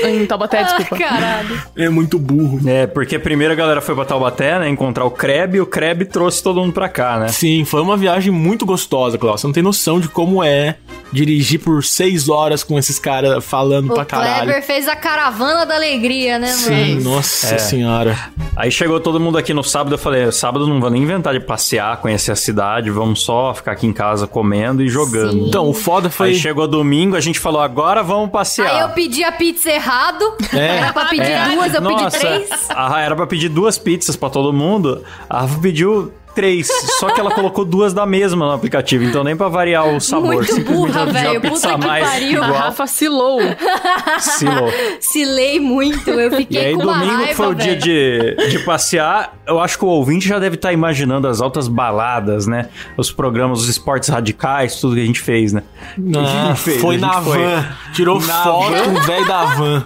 Em
Ah,
Taubaté, desculpa.
Caralho.
É muito burro.
É, porque primeiro a galera foi pra Taubaté, né? Encontrar o Kreb e o Kreb trouxe todo mundo pra cá, né?
Sim, foi uma viagem muito gostosa, Cláudio. Você não tem noção de como é dirigir por 6 horas com esses caras falando
O
pra caralho.
Kleber fez a caravana da alegria, né,
Sim,
mano?
É.
nossa senhora.
Aí chegou todo mundo aqui no sábado, eu falei, sábado não vou nem inventar de passear, conhecer a cidade, vamos só ficar aqui em casa comendo e jogando.
Sim.
Então, o foda foi.
Aí chegou domingo, a gente falou, agora vamos passear.
Aí eu pedi a pizza errado.
É.
Era pra pedir duas, eu
Nossa,
pedi três.
A, era pra pedir duas pizzas pra todo mundo. A Rafa pediu três. só que ela colocou duas da mesma no aplicativo. Então nem pra variar o sabor.
Muito
simplesmente
burra,
ela pediu uma
velho.
pizza
Puta
a
que
mais
pariu.
A
igual.
Rafa silou.
Silou.
Cilei muito, eu
E
fiquei
aí,
com uma
domingo,
raiva,
que foi o dia
velho.
de, de passear, eu acho que o ouvinte já deve estar imaginando as altas baladas, né? Os programas, os esportes radicais, tudo que a gente fez, né? O que a
Ah,
gente fez?
foi
A gente
na van. Tirou
Na
foto
van.
com o velho da van.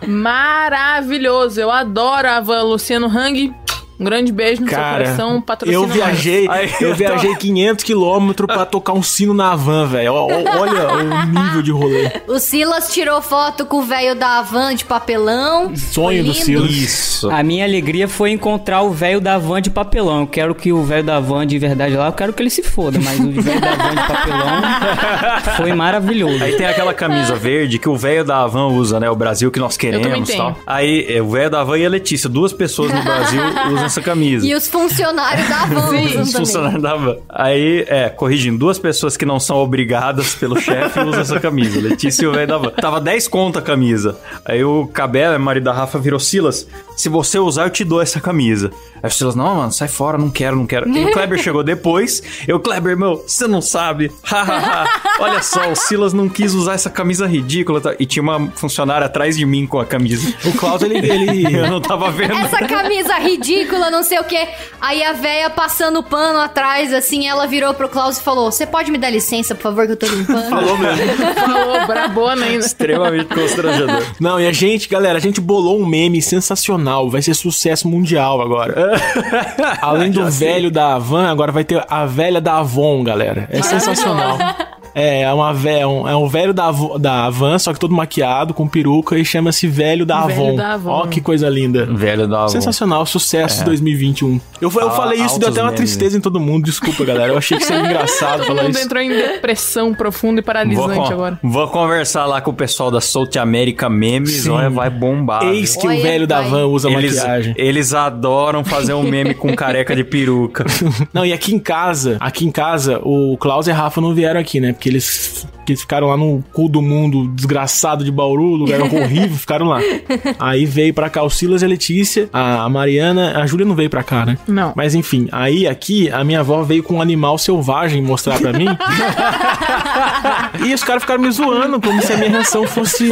Maravilhoso. Eu adoro a van Luciano Hang. Um grande beijo no
Cara,
seu coração. Patrocina
eu viajei,
nós. Aí,
eu
eu
viajei 500 quilômetros pra tocar um sino na van, velho. Ó, ó, Olha o nível de rolê.
O Silas tirou foto com o velho da van de papelão.
Sonho do
Lindo.
Silas.
Isso.
A minha alegria foi encontrar o velho da van de papelão. Eu quero que o velho da van de verdade lá, eu quero que ele se foda, mas o velho da van de papelão foi maravilhoso.
Aí tem aquela camisa verde que o velho da Havan usa, né? O Brasil que nós
também
queremos e
tenho.
tal. Aí é, o velho da Havan e a Letícia, duas pessoas no Brasil usam essa camisa.
E os funcionários da van usando
Os
também.
funcionários da Havan. Aí, é, corrigindo, duas pessoas que não são obrigadas pelo chefe usam essa camisa, Letícia e o velho da Havan. Tava 10 conto a camisa. Aí o Cabela, marido da Rafa, virou Silas, se você usar, eu te dou essa camisa. Aí o Silas, não, mano, sai fora, não quero, não quero. E o Kleber chegou depois, eu, Kleber, meu, você não sabe. Olha só, o Silas não quis usar essa camisa ridícula. tá? E tinha uma funcionária atrás de mim com a camisa.
O Klaus, ele,
Eu
ele,
não tava vendo.
Essa camisa ridícula, não sei o que. Aí a véia passando pano atrás, assim, ela virou pro Klaus e falou: Você pode me dar licença, por favor, que eu tô limpando?
Falou mesmo.
Falou, brabona ainda.
Extremamente constrangedor.
Não, e a gente, galera, a gente bolou um meme sensacional. Vai ser sucesso mundial agora. Além do velho da Van, agora vai ter a velha da Avon, galera. É sensacional. É, é, uma vé- é um, é um velho da, Avon- da Van, só que todo maquiado, com peruca, e chama-se velho da
Velho
Avon.
da Avon.
Ó, que coisa linda.
Velho da Avon.
Sensacional, sucesso 2021. Eu, fa- eu
Ah,
falei isso, deu até
É.
uma
altos memes, né?
tristeza em todo mundo. Desculpa, galera. Eu achei que seria engraçado
Todo
falar
mundo
isso.
entrou em depressão profunda e
Vou,
paralisante
con-
agora.
vou conversar lá com o pessoal da South America Memes,
Sim.
olha, vai bombar.
Eis
viu?
que
Olha,
o velho da
pai.
Van usa
eles,
maquiagem.
eles adoram fazer um meme com careca de peruca.
Não, e aqui em casa, aqui em casa, o Klaus e a Rafa não vieram aqui, né? Porque eles, porque eles ficaram lá no cu do mundo, desgraçado de Bauru, um lugar horrível, ficaram lá. Aí veio pra cá o Silas e a Letícia, a a Mariana, a Júlia não veio pra cá, né?
Não.
Mas enfim, aí aqui a minha avó veio com um animal selvagem mostrar pra mim. e os caras ficaram me zoando, como se a minha reação fosse.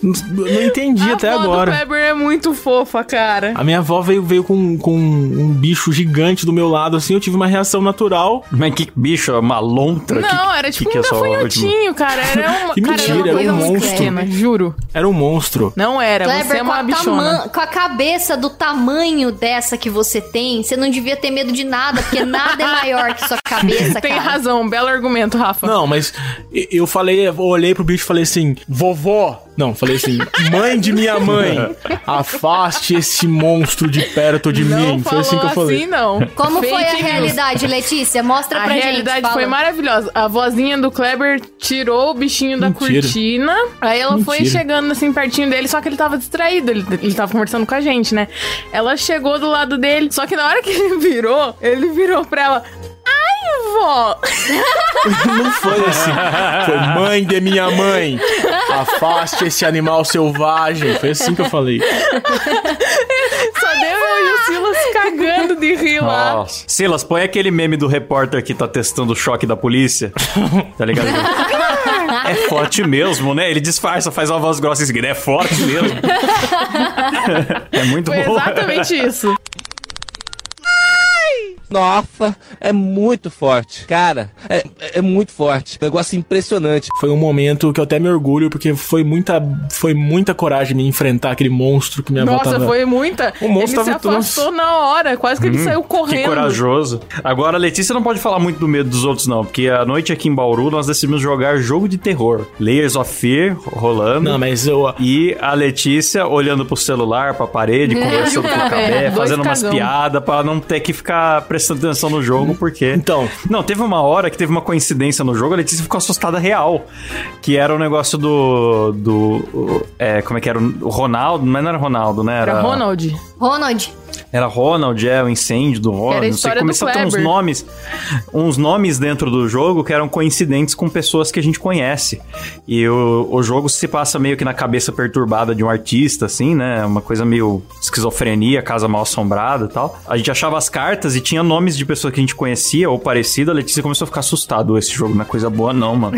Não não entendi até
a avó
agora.
do Kleber é muito fofa, cara.
A minha avó veio, veio com, com um bicho gigante do meu lado, assim, eu tive uma reação natural.
Mas que bicho, é uma lontra?
Não,
que,
era tipo
que
um
que é só a última?
gafanhotinho, cara. Era uma,
Que
cara,
mentira,
era uma
era um
coisa muito
monstro.
pequena, juro.
Era um monstro.
Não era, você é
Kleber, com
uma
a,
bichona.
taman- com a cabeça do tamanho dessa que você tem, você não devia ter medo de nada, porque nada é maior que sua cabeça,
Tem
cara.
razão, belo argumento, Rafa.
Não, mas e- eu falei, eu olhei pro bicho e falei assim, vovó. Não, falei assim, mãe de minha mãe, afaste esse monstro de perto de
Não
mim. Foi
falou
assim que eu falei.
não.
Como foi a
Fake news.
realidade, Letícia? Mostra
A
pra gente.
realidade foi
fala.
maravilhosa. A vozinha do Kleber tirou o bichinho da
Mentira.
cortina. Aí ela foi
Mentira.
chegando assim pertinho dele, só que ele tava distraído. Ele, ele tava conversando com a gente, né? Ela chegou do lado dele, só que na hora que ele virou, ele virou pra ela. Ai, vó!
Não foi assim. Foi mãe de minha mãe, afaste esse animal selvagem. Foi assim que eu falei.
Só deu eu e o Silas cagando de rir lá.
Nossa. Silas, põe aquele meme do repórter que tá testando o choque da polícia. Tá ligado? É forte mesmo, né? Ele disfarça, faz uma voz grossa e seguida. É forte mesmo. é muito
Foi
bom.
exatamente isso.
Nossa, é muito forte. Cara, é, é muito forte. Negócio impressionante.
Foi um momento que eu até me orgulho, porque foi muita, foi muita coragem me enfrentar aquele monstro que minha avó
Nossa,
tava...
foi muita.
O monstro
ele
tava assim.
se
Hum, todo-
afastou na hora, quase que ele saiu correndo.
Que corajoso. Agora, a Letícia não pode falar muito do medo dos outros, não, porque à noite aqui em Bauru nós decidimos jogar jogo de terror. Layers of Fear rolando.
Não, mas eu...
E a Letícia olhando pro celular, pra parede, conversando com o Cabé,
É, Dois
fazendo umas
cagão.
piadas pra não ter que ficar prestando atenção no jogo, porque.
Então.
Não, teve uma hora que teve uma coincidência no jogo, a Letícia ficou assustada real. Que era o negócio do. do. É, como é que era? O Ronaldo, mas não era Ronaldo, né?
Era Ronald.
Ronald,
Era Ronald, é, o incêndio do Ronald.
Era
não
a
sei,
história do
começou a ter uns
Kleber.
nomes, uns nomes dentro do jogo que eram coincidentes com pessoas que a gente conhece. E o, o jogo se passa meio que na cabeça perturbada de um artista, assim, né? Uma coisa meio esquizofrenia, casa mal assombrada e tal. A gente achava as cartas e tinha nomes de pessoas que a gente conhecia ou parecida. A Letícia começou a ficar assustada. "Ô, Esse jogo não é coisa boa, não, mano.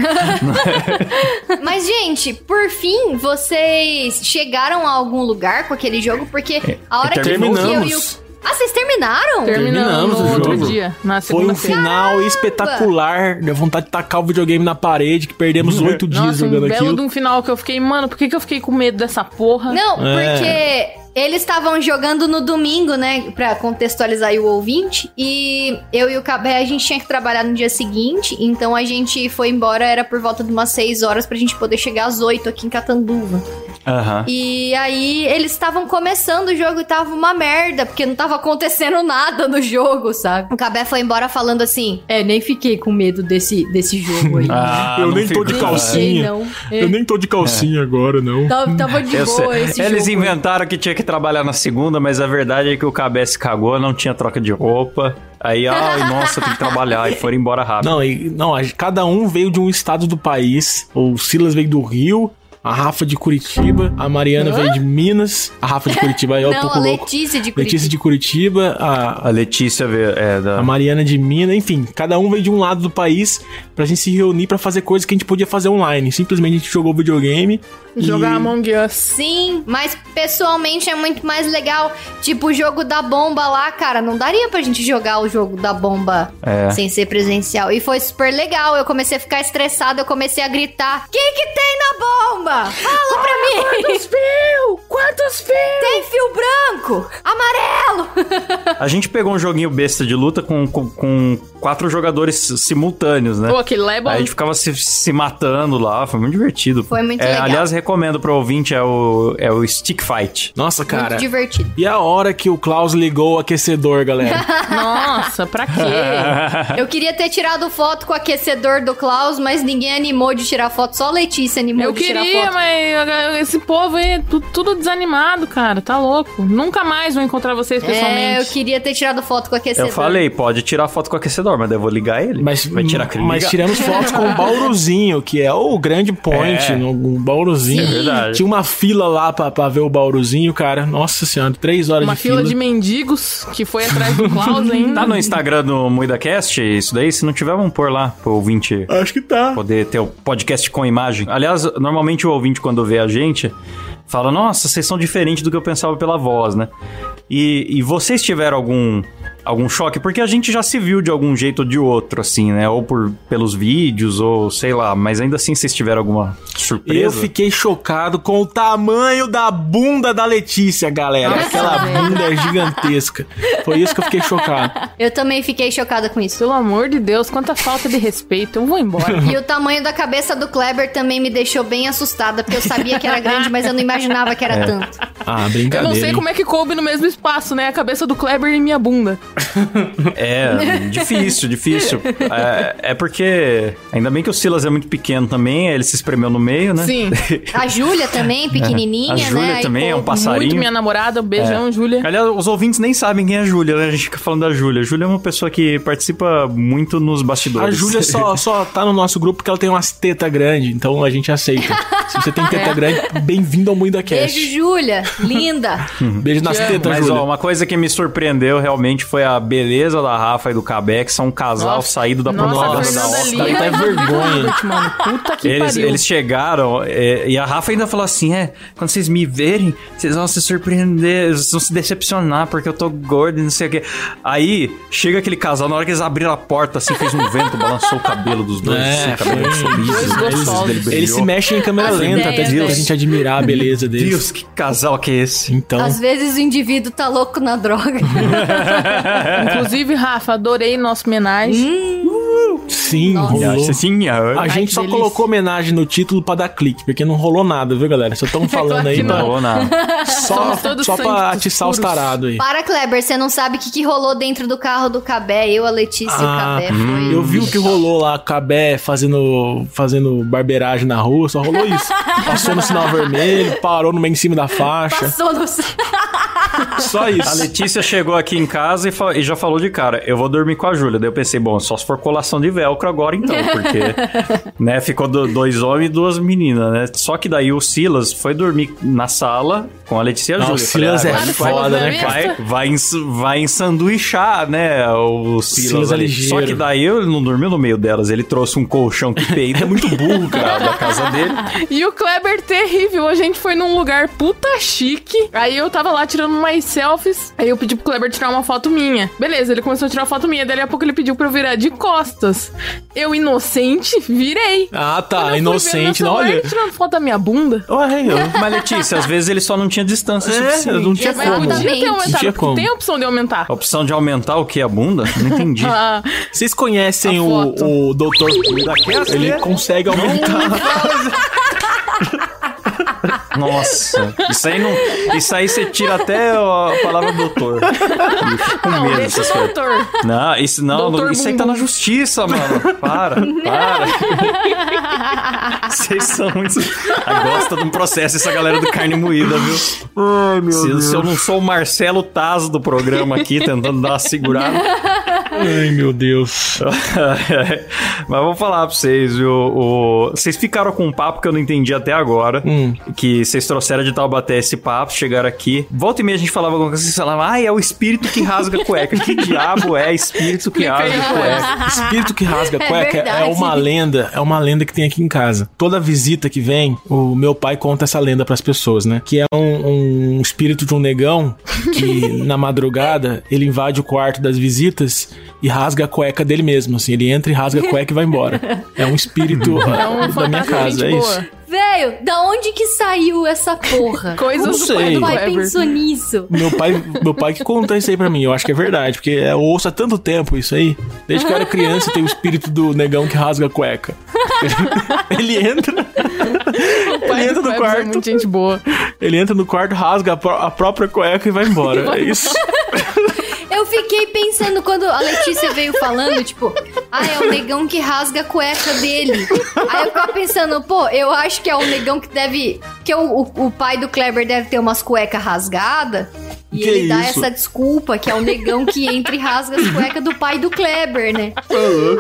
Mas, gente, por fim, vocês chegaram a algum lugar com aquele jogo? Porque
É,
a hora que eu e o...
terminamos.
Ah, vocês terminaram?
Terminamos
Terminamos
no
o
outro
jogo.
dia, na
Foi
assim,
um
segunda-feira.
final espetacular. Deu vontade de tacar o videogame na parede, que perdemos oito dias
Nossa, um
jogando
belo
aquilo.
de um final que eu fiquei, mano, por que, que eu fiquei com medo dessa porra?
Não,
É.
porque eles estavam jogando no domingo, né? Pra contextualizar aí o ouvinte. E eu e o Cabé, a gente tinha que trabalhar no dia seguinte. Então a gente foi embora, era por volta de umas 6 horas pra gente poder chegar às 8 aqui em Catanduva.
Aham.
E aí eles estavam começando o jogo e tava uma merda, porque não tava acontecendo nada no jogo, sabe? O Cabé foi embora falando assim: É, nem fiquei com medo desse, desse jogo aí.
Ah,
eu
não
nem tô
fico-
de
Nem
calcinha.
fiquei, não. É. Tá
Eu nem tô de calcinha agora, não.
Tava, tava de
Eu sei.
boa esse
Eles
jogo. aí.
inventaram que tinha que trabalhar na segunda, mas a verdade é que o KBS cagou, não tinha troca de roupa. Aí, ai, nossa, tem que trabalhar. E foram embora rápido.
Não, e, não, a- cada um veio de um estado do país. O Silas veio do Rio, a Rafa de Curitiba, a Mariana veio de Minas, a Rafa de Curitiba, aí eu tô
Não, a
com louco.
Letícia de Curitiba.
Letícia de Curitiba, a,
A Letícia vê- é da.
a Mariana de Minas, enfim, cada um veio de um lado do país pra gente se reunir pra fazer coisas que a gente podia fazer online. Simplesmente a gente jogou videogame. e-
Jogar Among Us.
Sim, mas pessoalmente é muito mais legal. Tipo, o jogo da bomba lá, cara, não daria pra gente jogar o jogo da bomba
É.
sem ser presencial. E foi super legal. Eu comecei a ficar estressada, eu comecei a gritar: Que que tem na bomba? Fala pra mim!
Quantos fios? Quantos fios?
Tem fio branco, amarelo!
A gente pegou um joguinho besta de luta com, com, com quatro jogadores simultâneos, né?
Pô, aquele lá é bom.
Aí a gente ficava se, se matando lá, foi muito divertido.
Foi muito
É,
legal.
Aliás, recomendo pro ouvinte, é o, é o Stick Fight.
Nossa, cara.
Muito divertido.
E a hora que o Klaus ligou o aquecedor, galera?
Nossa, pra quê?
Eu queria ter tirado foto com o aquecedor do Klaus, mas ninguém animou de tirar foto, só a Letícia animou
Eu
de tirar
queria,
foto.
mas esse povo aí, tu- tudo desanimado, cara. Tá louco. Nunca mais vou encontrar vocês
É, eu
pessoalmente.
queria ter tirado foto com o aquecedor.
Eu falei, pode tirar foto com o aquecedor, mas daí eu vou ligar ele.
Mas,
Vai tirar aquele
mas
ligar.
tiramos fotos com o Bauruzinho, que é o grande point,
É.
no o Bauruzinho.
É verdade.
Tinha uma fila lá pra, pra ver o Bauruzinho, cara. Nossa senhora, três horas
Uma
de fila.
fila de mendigos que foi atrás do Klaus ainda.
Tá no Instagram do MuidaCast isso daí? Se não tiver, vamos pôr lá pro ouvinte
Acho que tá.
poder ter o podcast com imagem. Aliás, normalmente o ouvinte, quando vê a gente, fala: Nossa, vocês são diferentes do que eu pensava pela voz, né? E, e vocês tiveram algum, algum choque? Porque a gente já se viu de algum jeito ou de outro, assim, né? Ou por, pelos vídeos, ou sei lá. Mas ainda assim, vocês tiveram alguma surpresa?
Eu fiquei chocado com o tamanho da bunda da Letícia, galera. Aquela bunda é gigantesca. Foi isso que eu fiquei chocado.
Eu também fiquei chocada com isso.
Pelo amor de Deus, quanta falta de respeito. Eu vou embora.
E o tamanho da cabeça do Kleber também me deixou bem assustada, porque eu sabia que era grande, mas eu não imaginava que era
É.
tanto.
Ah,
Eu
brincadeira.
não sei
hein?
como é que coube no mesmo espaço, né? A cabeça do Kleber e minha bunda.
É, difícil, difícil. É, é porque. Ainda bem que o Silas é muito pequeno também, ele se espremeu no meio, né?
Sim.
A Júlia também,
É.
pequenininha,
A
né?
Júlia
Aí,
também é um
pô,
passarinho. É.
Muito minha namorada. Um beijão, Júlia.
Aliás, os ouvintes nem sabem quem é a Júlia, né? A gente fica falando da Júlia. A Júlia é uma pessoa que participa muito nos bastidores.
A Júlia só, só tá no nosso grupo porque ela tem umas
É.
tetas grandes, então a gente aceita. Se você tem teta grande, bem-vindo ao Mundo da
Beijo,
Cast.
Júlia. Linda.
Beijo nas tetas,
Mas, ó,
Júlia.
uma coisa que me surpreendeu realmente foi a beleza da Rafa e do Cabé, que são um casal
Nossa.
saído da
Nossa,
propaganda da
Fernanda é
Oscar.
Lima.
Dá até vergonha.
Mano, puta que
Eles,
pariu.
eles chegaram é, e a Rafa ainda falou assim: é, quando vocês me verem, vocês vão se surpreender, vocês vão se decepcionar porque eu tô gordo e não sei o quê. Aí chega aquele casal, na hora que eles abriram a porta, assim, fez um vento, balançou o cabelo dos dois,
É,
assim, o cabelo
foi.
liso,
Dois
o nariz
gostosos.
dele brilhou.
Eles se mexem em câmera
As
lenta até
ideias,
pra
né?
gente admirar a beleza deles.
Deus, que casal que é esse?
Então,
Às vezes o indivíduo tá louco na droga.
Inclusive, Rafa, adorei nosso homenagem.
sim, rolou.
Nossa senhora.
A
Ai,
gente
que
só
delícia.
colocou homenagem no título pra dar clique, porque não rolou nada, viu, galera? Só estamos falando
claro
aí
que
Não
pra,
rolou nada.
só,
Somos todos
só pra
santos
atiçar os
puros.
tarados aí.
Para, Kleber, você não sabe o que, que rolou dentro do carro do Cabé. Eu, a Letícia e o
Ah,
Cabé. Foi...
Eu vi o que rolou lá, Cabé fazendo, fazendo barbeiragem na rua, só rolou isso. Passou no sinal vermelho, parou no meio em cima da faixa.
Passou no...
Só
A
isso.
Letícia chegou aqui em casa e, fa- e já falou de cara, eu vou dormir com a Júlia. Daí eu pensei, bom, só se for colação de velcro agora então, porque, né, ficou do- dois homens e duas meninas, né? Só que daí o Silas foi dormir na sala com a Letícia e a
Não,
Júlia.
o
Eu falei,
Silas é
vai- vai-
foda, né,
cara?
Vai, vai, ens- vai ensanduichar, né, o Silas,
Silas é
ali.
ligeiro.
Só que daí ele não dormiu no meio delas, ele trouxe um colchão que peita, é muito burro, cara, da casa dele.
E o Kleber terrível. A gente foi num lugar puta chique. Aí eu tava lá tirando umas selfies. Aí eu pedi pro Kleber tirar uma foto minha. Beleza, ele começou a tirar foto minha. Daí a pouco ele pediu pra eu virar de costas. Eu, inocente, virei.
Ah,
Quando eu
tá.
fui ver meu
Inocente, não
celular,
olha.
ele tirando foto da minha bunda.
Ué, eu-
Mas Letícia, às vezes ele só não tinha distância
é,
suficiente.
não tinha
Mas
como.
podia ter
Não
aumentado,
tinha
porque
como.
tem a opção de aumentar.
A opção de aumentar o que? A bunda? Não entendi.
Ah,
Vocês conhecem
A foto.
o, o doutor Ele
né?
consegue aumentar.
Nossa, isso aí não. Isso aí você tira até a palavra doutor. Eu fico Com
não,
medo
deixa
dessas
é o
coisas.
doutor.
Não, isso não,
Doutor
não- isso aí tá na
Bumbum.
justiça, mano. Para, para. Vocês são muito. Ah, Gosta de um processo essa galera do carne moída, viu? se, se eu não sou o Marcelo Tazo do programa aqui, tentando dar uma segurada.
Ai, meu Deus.
Mas vou falar pra vocês, viu? O- Vocês ficaram com um papo que eu não entendi até agora. Que vocês trouxeram de Taubaté esse papo, chegaram aqui. Volta e meia a gente falava alguma coisa, vocês falavam, ah, é o espírito que rasga a cueca. que diabo é espírito que rasga a cueca?
Espírito que rasga a
É
cueca é,
verdade.
uma lenda, é uma lenda que tem aqui em casa. Toda visita que vem, o meu pai conta essa lenda pras pessoas, né? Que é um, um espírito de um negão que na madrugada ele invade o quarto das visitas e rasga a cueca dele mesmo, assim. Ele entra e rasga a cueca e vai embora. É um espírito ah, da minha casa, é isso.
Velho, da onde que saiu essa porra?
Coisas
Não
do pai
sei.
O
do
pai
Kleber.
pensou nisso.
Meu pai, meu pai que conta isso aí pra mim. Eu acho que é verdade, porque eu ouço há tanto tempo isso aí. Desde que eu era criança, tem o espírito do negão que rasga a cueca. Ele entra.
O pai
Ele
do
entra no
Kleber é
quarto.
muito gente boa.
Ele entra no quarto, rasga a, pró- a própria cueca e vai embora. É isso.
Eu fiquei pensando quando a Letícia veio falando, tipo, ah, é o negão que rasga a cueca dele. Aí eu ficava pensando, pô, eu acho que é o negão que deve. Que é o, o, o pai do Kleber deve ter umas cuecas rasgadas. E
Que
ele dá
isso?
essa desculpa que é o negão que entra e rasga as cuecas do pai do Kleber, né?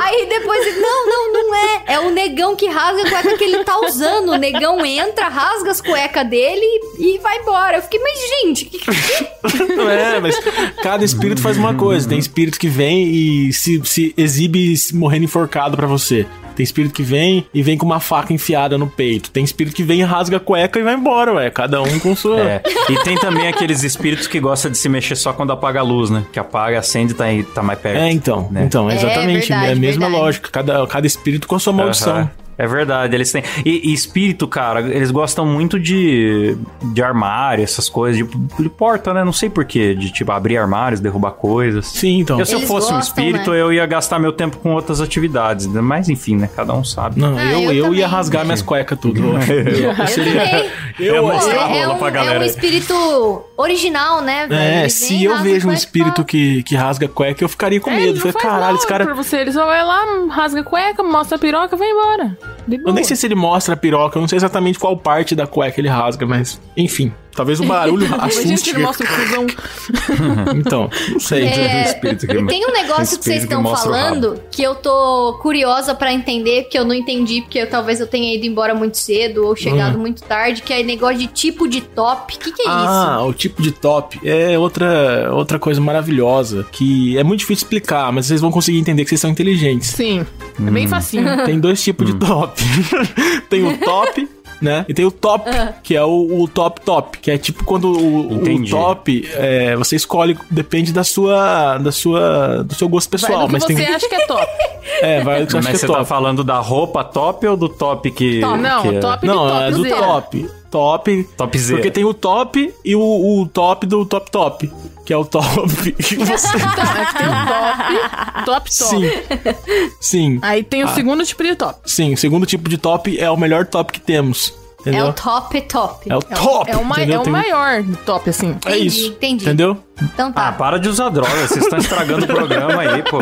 Aí depois ele, não, não, não é. É o negão que rasga a cueca que ele tá usando. O negão entra, rasga as cuecas dele e, e vai embora. Eu fiquei, mas gente, que
Não é, mas cada espírito faz uma coisa. Tem espírito que vem e se, se exibe se morrendo enforcado pra você. Tem espírito que vem e vem com uma faca enfiada no peito. Tem espírito que vem e rasga a cueca e vai embora, ué. Cada um com sua.
É. E tem também aqueles espíritos que gostam de se mexer só quando apaga a luz, né? Que apaga, acende e tá, aí- tá mais perto.
É, então.
né?
Então,
É,
exatamente. É,
verdade,
a mesma
verdade.
lógica. Cada, cada espírito com a sua maldição.
Aham. É verdade, eles têm. E, e espírito, cara, eles gostam muito de, de armário, essas coisas, de, de porta, né? Não sei porquê, de tipo abrir armários, derrubar coisas.
Sim, então.
Eu, se eu
Eles
fosse um
gostam, né?
espírito, eu ia gastar meu tempo com outras atividades. né? Mas enfim, né? Cada um sabe.
Não,
Ah,
eu, eu,
eu também.
ia rasgar minhas cuecas tudo. eu acho.
Eu também.
Eu,
É
eu,
uma
Pô,
Mostrar a
é, é
rola
um,
pra
é
galera.
um espírito original, né, velho?
É,
Ele
se
vem,
eu
rasga
vejo um
cueca e
espírito
fala.
que, que rasga cueca, eu ficaria com
É,
medo.
ele não
Falei,
faz
caralho,
nada
esse cara.
pra você. Ele só vai lá, rasga a cueca, mostra a piroca e vai embora. De
Eu
boa.
nem sei se ele mostra a piroca, eu não sei exatamente qual parte da cueca ele rasga, mas enfim. Talvez o barulho
Imagina se
assuste.
ele mostra o cuzão.
Então, não sei.
É,
É,
espírito que-
e tem um
espírito
negócio que vocês
que
estão
mostra o rabo.
falando que eu tô curiosa pra entender, porque eu não entendi, porque eu- talvez eu tenha ido embora muito cedo ou chegado muito tarde, que é negócio de tipo de top. O que, que é
Hum. ah, o tipo de top é outra, outra coisa maravilhosa que é muito difícil explicar, mas vocês vão conseguir entender que vocês são inteligentes.
Sim. É
Hum.
bem facinho.
Tem dois tipos
Hum.
de top. tem o top, né? E tem o top,
Ah.
que é o, o top top, que é tipo quando o, o
Entendi.
top é, você escolhe, depende da sua, da sua, do seu gosto
Vai
pessoal,
do que
mas
você
tem, um-
acha que é top.
é, vai do que você
Mas
acha que
você
é
tá
top.
falando da roupa top ou do top que.
Top. Não,
que é-
top.
Não,
de
é do
topzera.
top. Top.
Topzera.
Porque tem o top e o, o top do top top. Que é o top. que você-
Então, é um Top, top.
sim. Ah. Sim.
Aí tem o segundo tipo de top.
Sim. O segundo tipo de top é o melhor top que temos.
isso? É
Entendeu?
o top top.
É o top.
É o, ma-
entendeu?
é o
Tem- um-
maior top, assim.
É
Entendi,
isso.
entendi.
Entendeu?
Então
Ah,
tá.
para de usar droga, vocês estão estragando o programa aí, pô.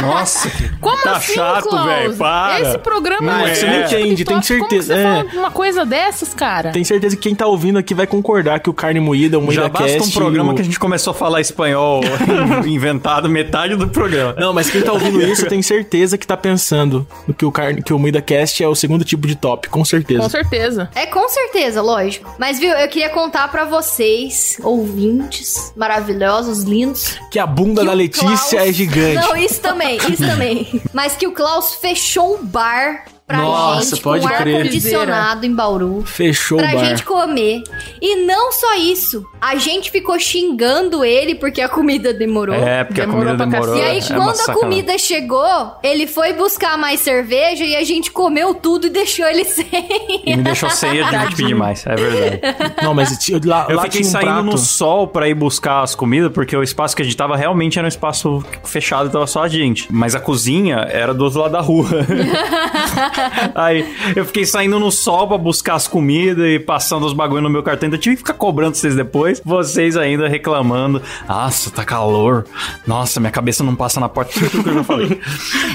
Nossa, que-
Como
tá
assim,
chato,
Klaus?
velho, para.
Esse programa
Não
é.
é um
Você
tipo
não
de
entende,
top.
tem certeza,
Como que você
é.
fala uma coisa dessas, cara?
Tenho certeza que quem tá ouvindo aqui vai concordar que o carne moída, o moída
Já basta um
Cast,
programa
o-
que a gente começou a falar espanhol inventado metade do programa.
Não, mas quem tá ouvindo isso tem certeza que tá pensando no que o carne, que o moída cast é o segundo tipo de top, com certeza.
Com certeza.
É com certeza, lógico. Mas viu, eu queria contar pra vocês, ouvintes maravilhosos, lindos,
Que a bunda
que
da
o
Letícia
Klaus-
é gigante.
Não, isso também, isso também. Mas que o Klaus fechou um bar pra
Nossa,
gente
pode
com ar
crer.
condicionado em Bauru.
Fechou
Pra
o bar.
gente comer. E não só isso, a gente ficou xingando ele porque a comida demorou.
É, porque a
Demorou
comida
pra
demorou.
E aí,
é uma
quando a
sacanagem.
comida chegou, ele foi buscar mais cerveja e a gente comeu tudo e deixou ele sem.
E me deixou sem, eu tive que pedir mais, é verdade.
Não, mas ti- lá,
Eu
lá
fiquei
tinha um
saindo
prato.
no sol pra ir buscar as comidas, porque o espaço que a gente tava realmente era um espaço fechado, tava só a gente. Mas a cozinha era do outro lado da rua. Aí eu fiquei saindo no sol pra buscar as comidas e passando os bagulho no meu cartão. Ainda tive que ficar cobrando vocês depois. Vocês ainda reclamando. Nossa, tá calor. Nossa, minha cabeça não passa na porta. Tudo que eu já falei.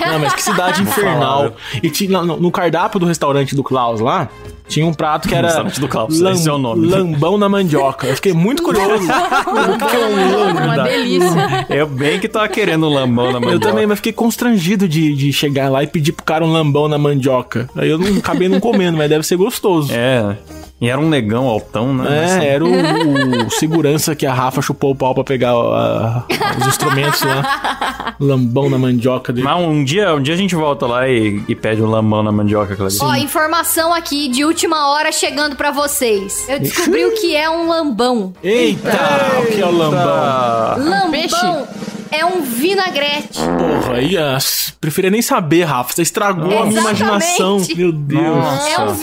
Não, mas que cidade infernal. E tinha, no, no cardápio do restaurante do Klaus lá, tinha um prato que era
Restaurante do Klaus, esse é o nome.
lambão na mandioca. Eu fiquei muito curioso. É
Uma
Verdade.
delícia.
Eu bem que tava querendo um lambão na mão.
Eu também, mas fiquei constrangido de, de chegar lá e pedir pro cara um lambão na mandioca. Aí eu não acabei não comendo, mas deve ser gostoso. É.
É. E era um negão altão, né? Mas-
era o, o segurança que a Rafa chupou o pau pra pegar a- os instrumentos lá. Lambão na mandioca dele.
Mas um dia, um dia a gente volta lá e, e pede um lamão na mandioca, Clarice.
Ó, informação aqui de última hora chegando pra vocês. Eu descobri o que é um lambão.
Eita! O que é o lambão?
lambão
peixe?
é um vinagrete.
Porra, aí, ah, s- preferia nem saber, Rafa. Você estragou a minha
Exatamente.
imaginação. Meu Deus.
Nossa.
É um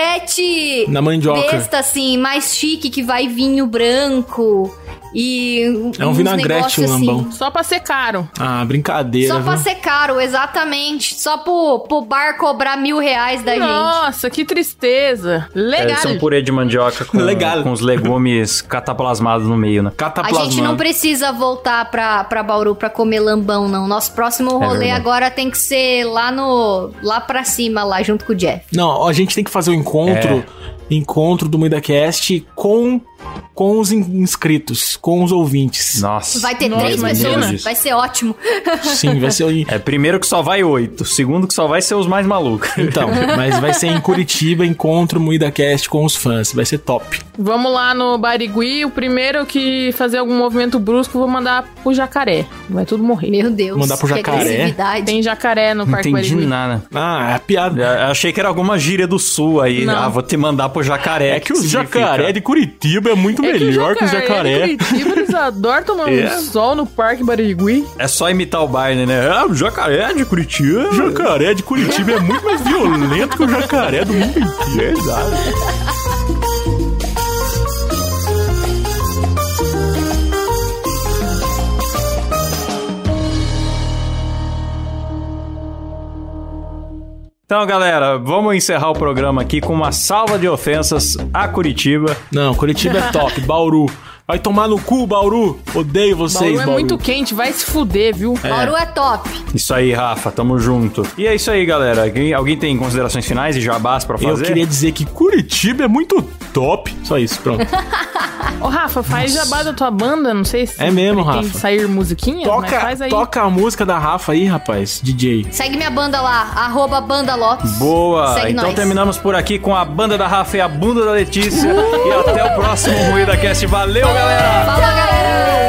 vinagrete
Na mandioca.
besta, assim, mais chique, que vai vinho branco e
É um
uns
vinagrete,
negócios assim.
o lambão.
Só pra ser caro.
Ah, brincadeira.
Só pra
viu?
ser caro, exatamente. Só pro, pro bar cobrar mil reais
É,
da gente.
Nossa, que tristeza.
É,
Legal.
esse é um purê de mandioca com,
Legal.
com os legumes cataplasmados no meio, né?
Tá
A gente não precisa voltar pra, pra Bauru pra comer lambão, não. Nosso
É
próximo rolê
verdade.
agora tem que ser lá no. lá pra cima, lá junto com o Jeff.
Não, a gente tem que fazer o encontro, encontro do MuidaCast com com os in- inscritos, com os ouvintes.
Nossa.
Vai ter
Nossa,
três
meu
pessoas,
Deus.
vai ser ótimo.
Sim, vai ser o-
É, primeiro que só vai oito. Segundo que só vai ser os mais malucos.
então, mas vai ser em Curitiba, encontro MuidaCast com os fãs, vai ser top.
Vamos lá no Barigui. O primeiro que fazer algum movimento brusco, eu vou mandar pro jacaré. Vai tudo morrer.
Meu Deus.
Mandar pro
que
jacaré.
agressividade.
Tem jacaré no
Não
Parque
entendi
Barigui.
nada.
Ah, é a piada.
Eu achei que era alguma gíria do sul aí.
Não.
Ah, vou te mandar pro jacaré.
É que os
significa-
jacaré de Curitiba é muito
É
melhor que os jacaré.
de é Curitiba, eles adoram tomar
É.
um sol no Parque Barigui.
É só imitar o Barney, né? Ah, o jacaré de Curitiba.
Jacaré de Curitiba é muito mais violento que o jacaré do mundo
É
inteiro.
Então, galera, vamos encerrar o programa aqui com uma salva de ofensas a Curitiba.
Não, Curitiba é top, Bauru. Vai tomar no cu, Bauru. Odeio vocês,
Bauru
Bauru.
é muito quente, vai se fuder, viu?
Bauru é top.
Isso aí, Rafa, tamo junto. E é isso aí, galera. Alguém, alguém tem considerações finais e jabás pra
Eu
fazer?
queria dizer que Curitiba é muito top. Só isso, pronto.
Ô, Rafa, faz jabá da tua banda, não sei se
É mesmo,
pretende
Rafa.
sair musiquinha, mas faz
toca,
aí.
toca a música da Rafa aí, rapaz, DJ.
Segue minha banda lá, arroba Banda Lopes.
Boa!
Segue
então
nós.
terminamos por aqui com a banda da Rafa e a bunda da Letícia. E até o próximo Ruída Cast. Valeu, galera!
Falou, galera!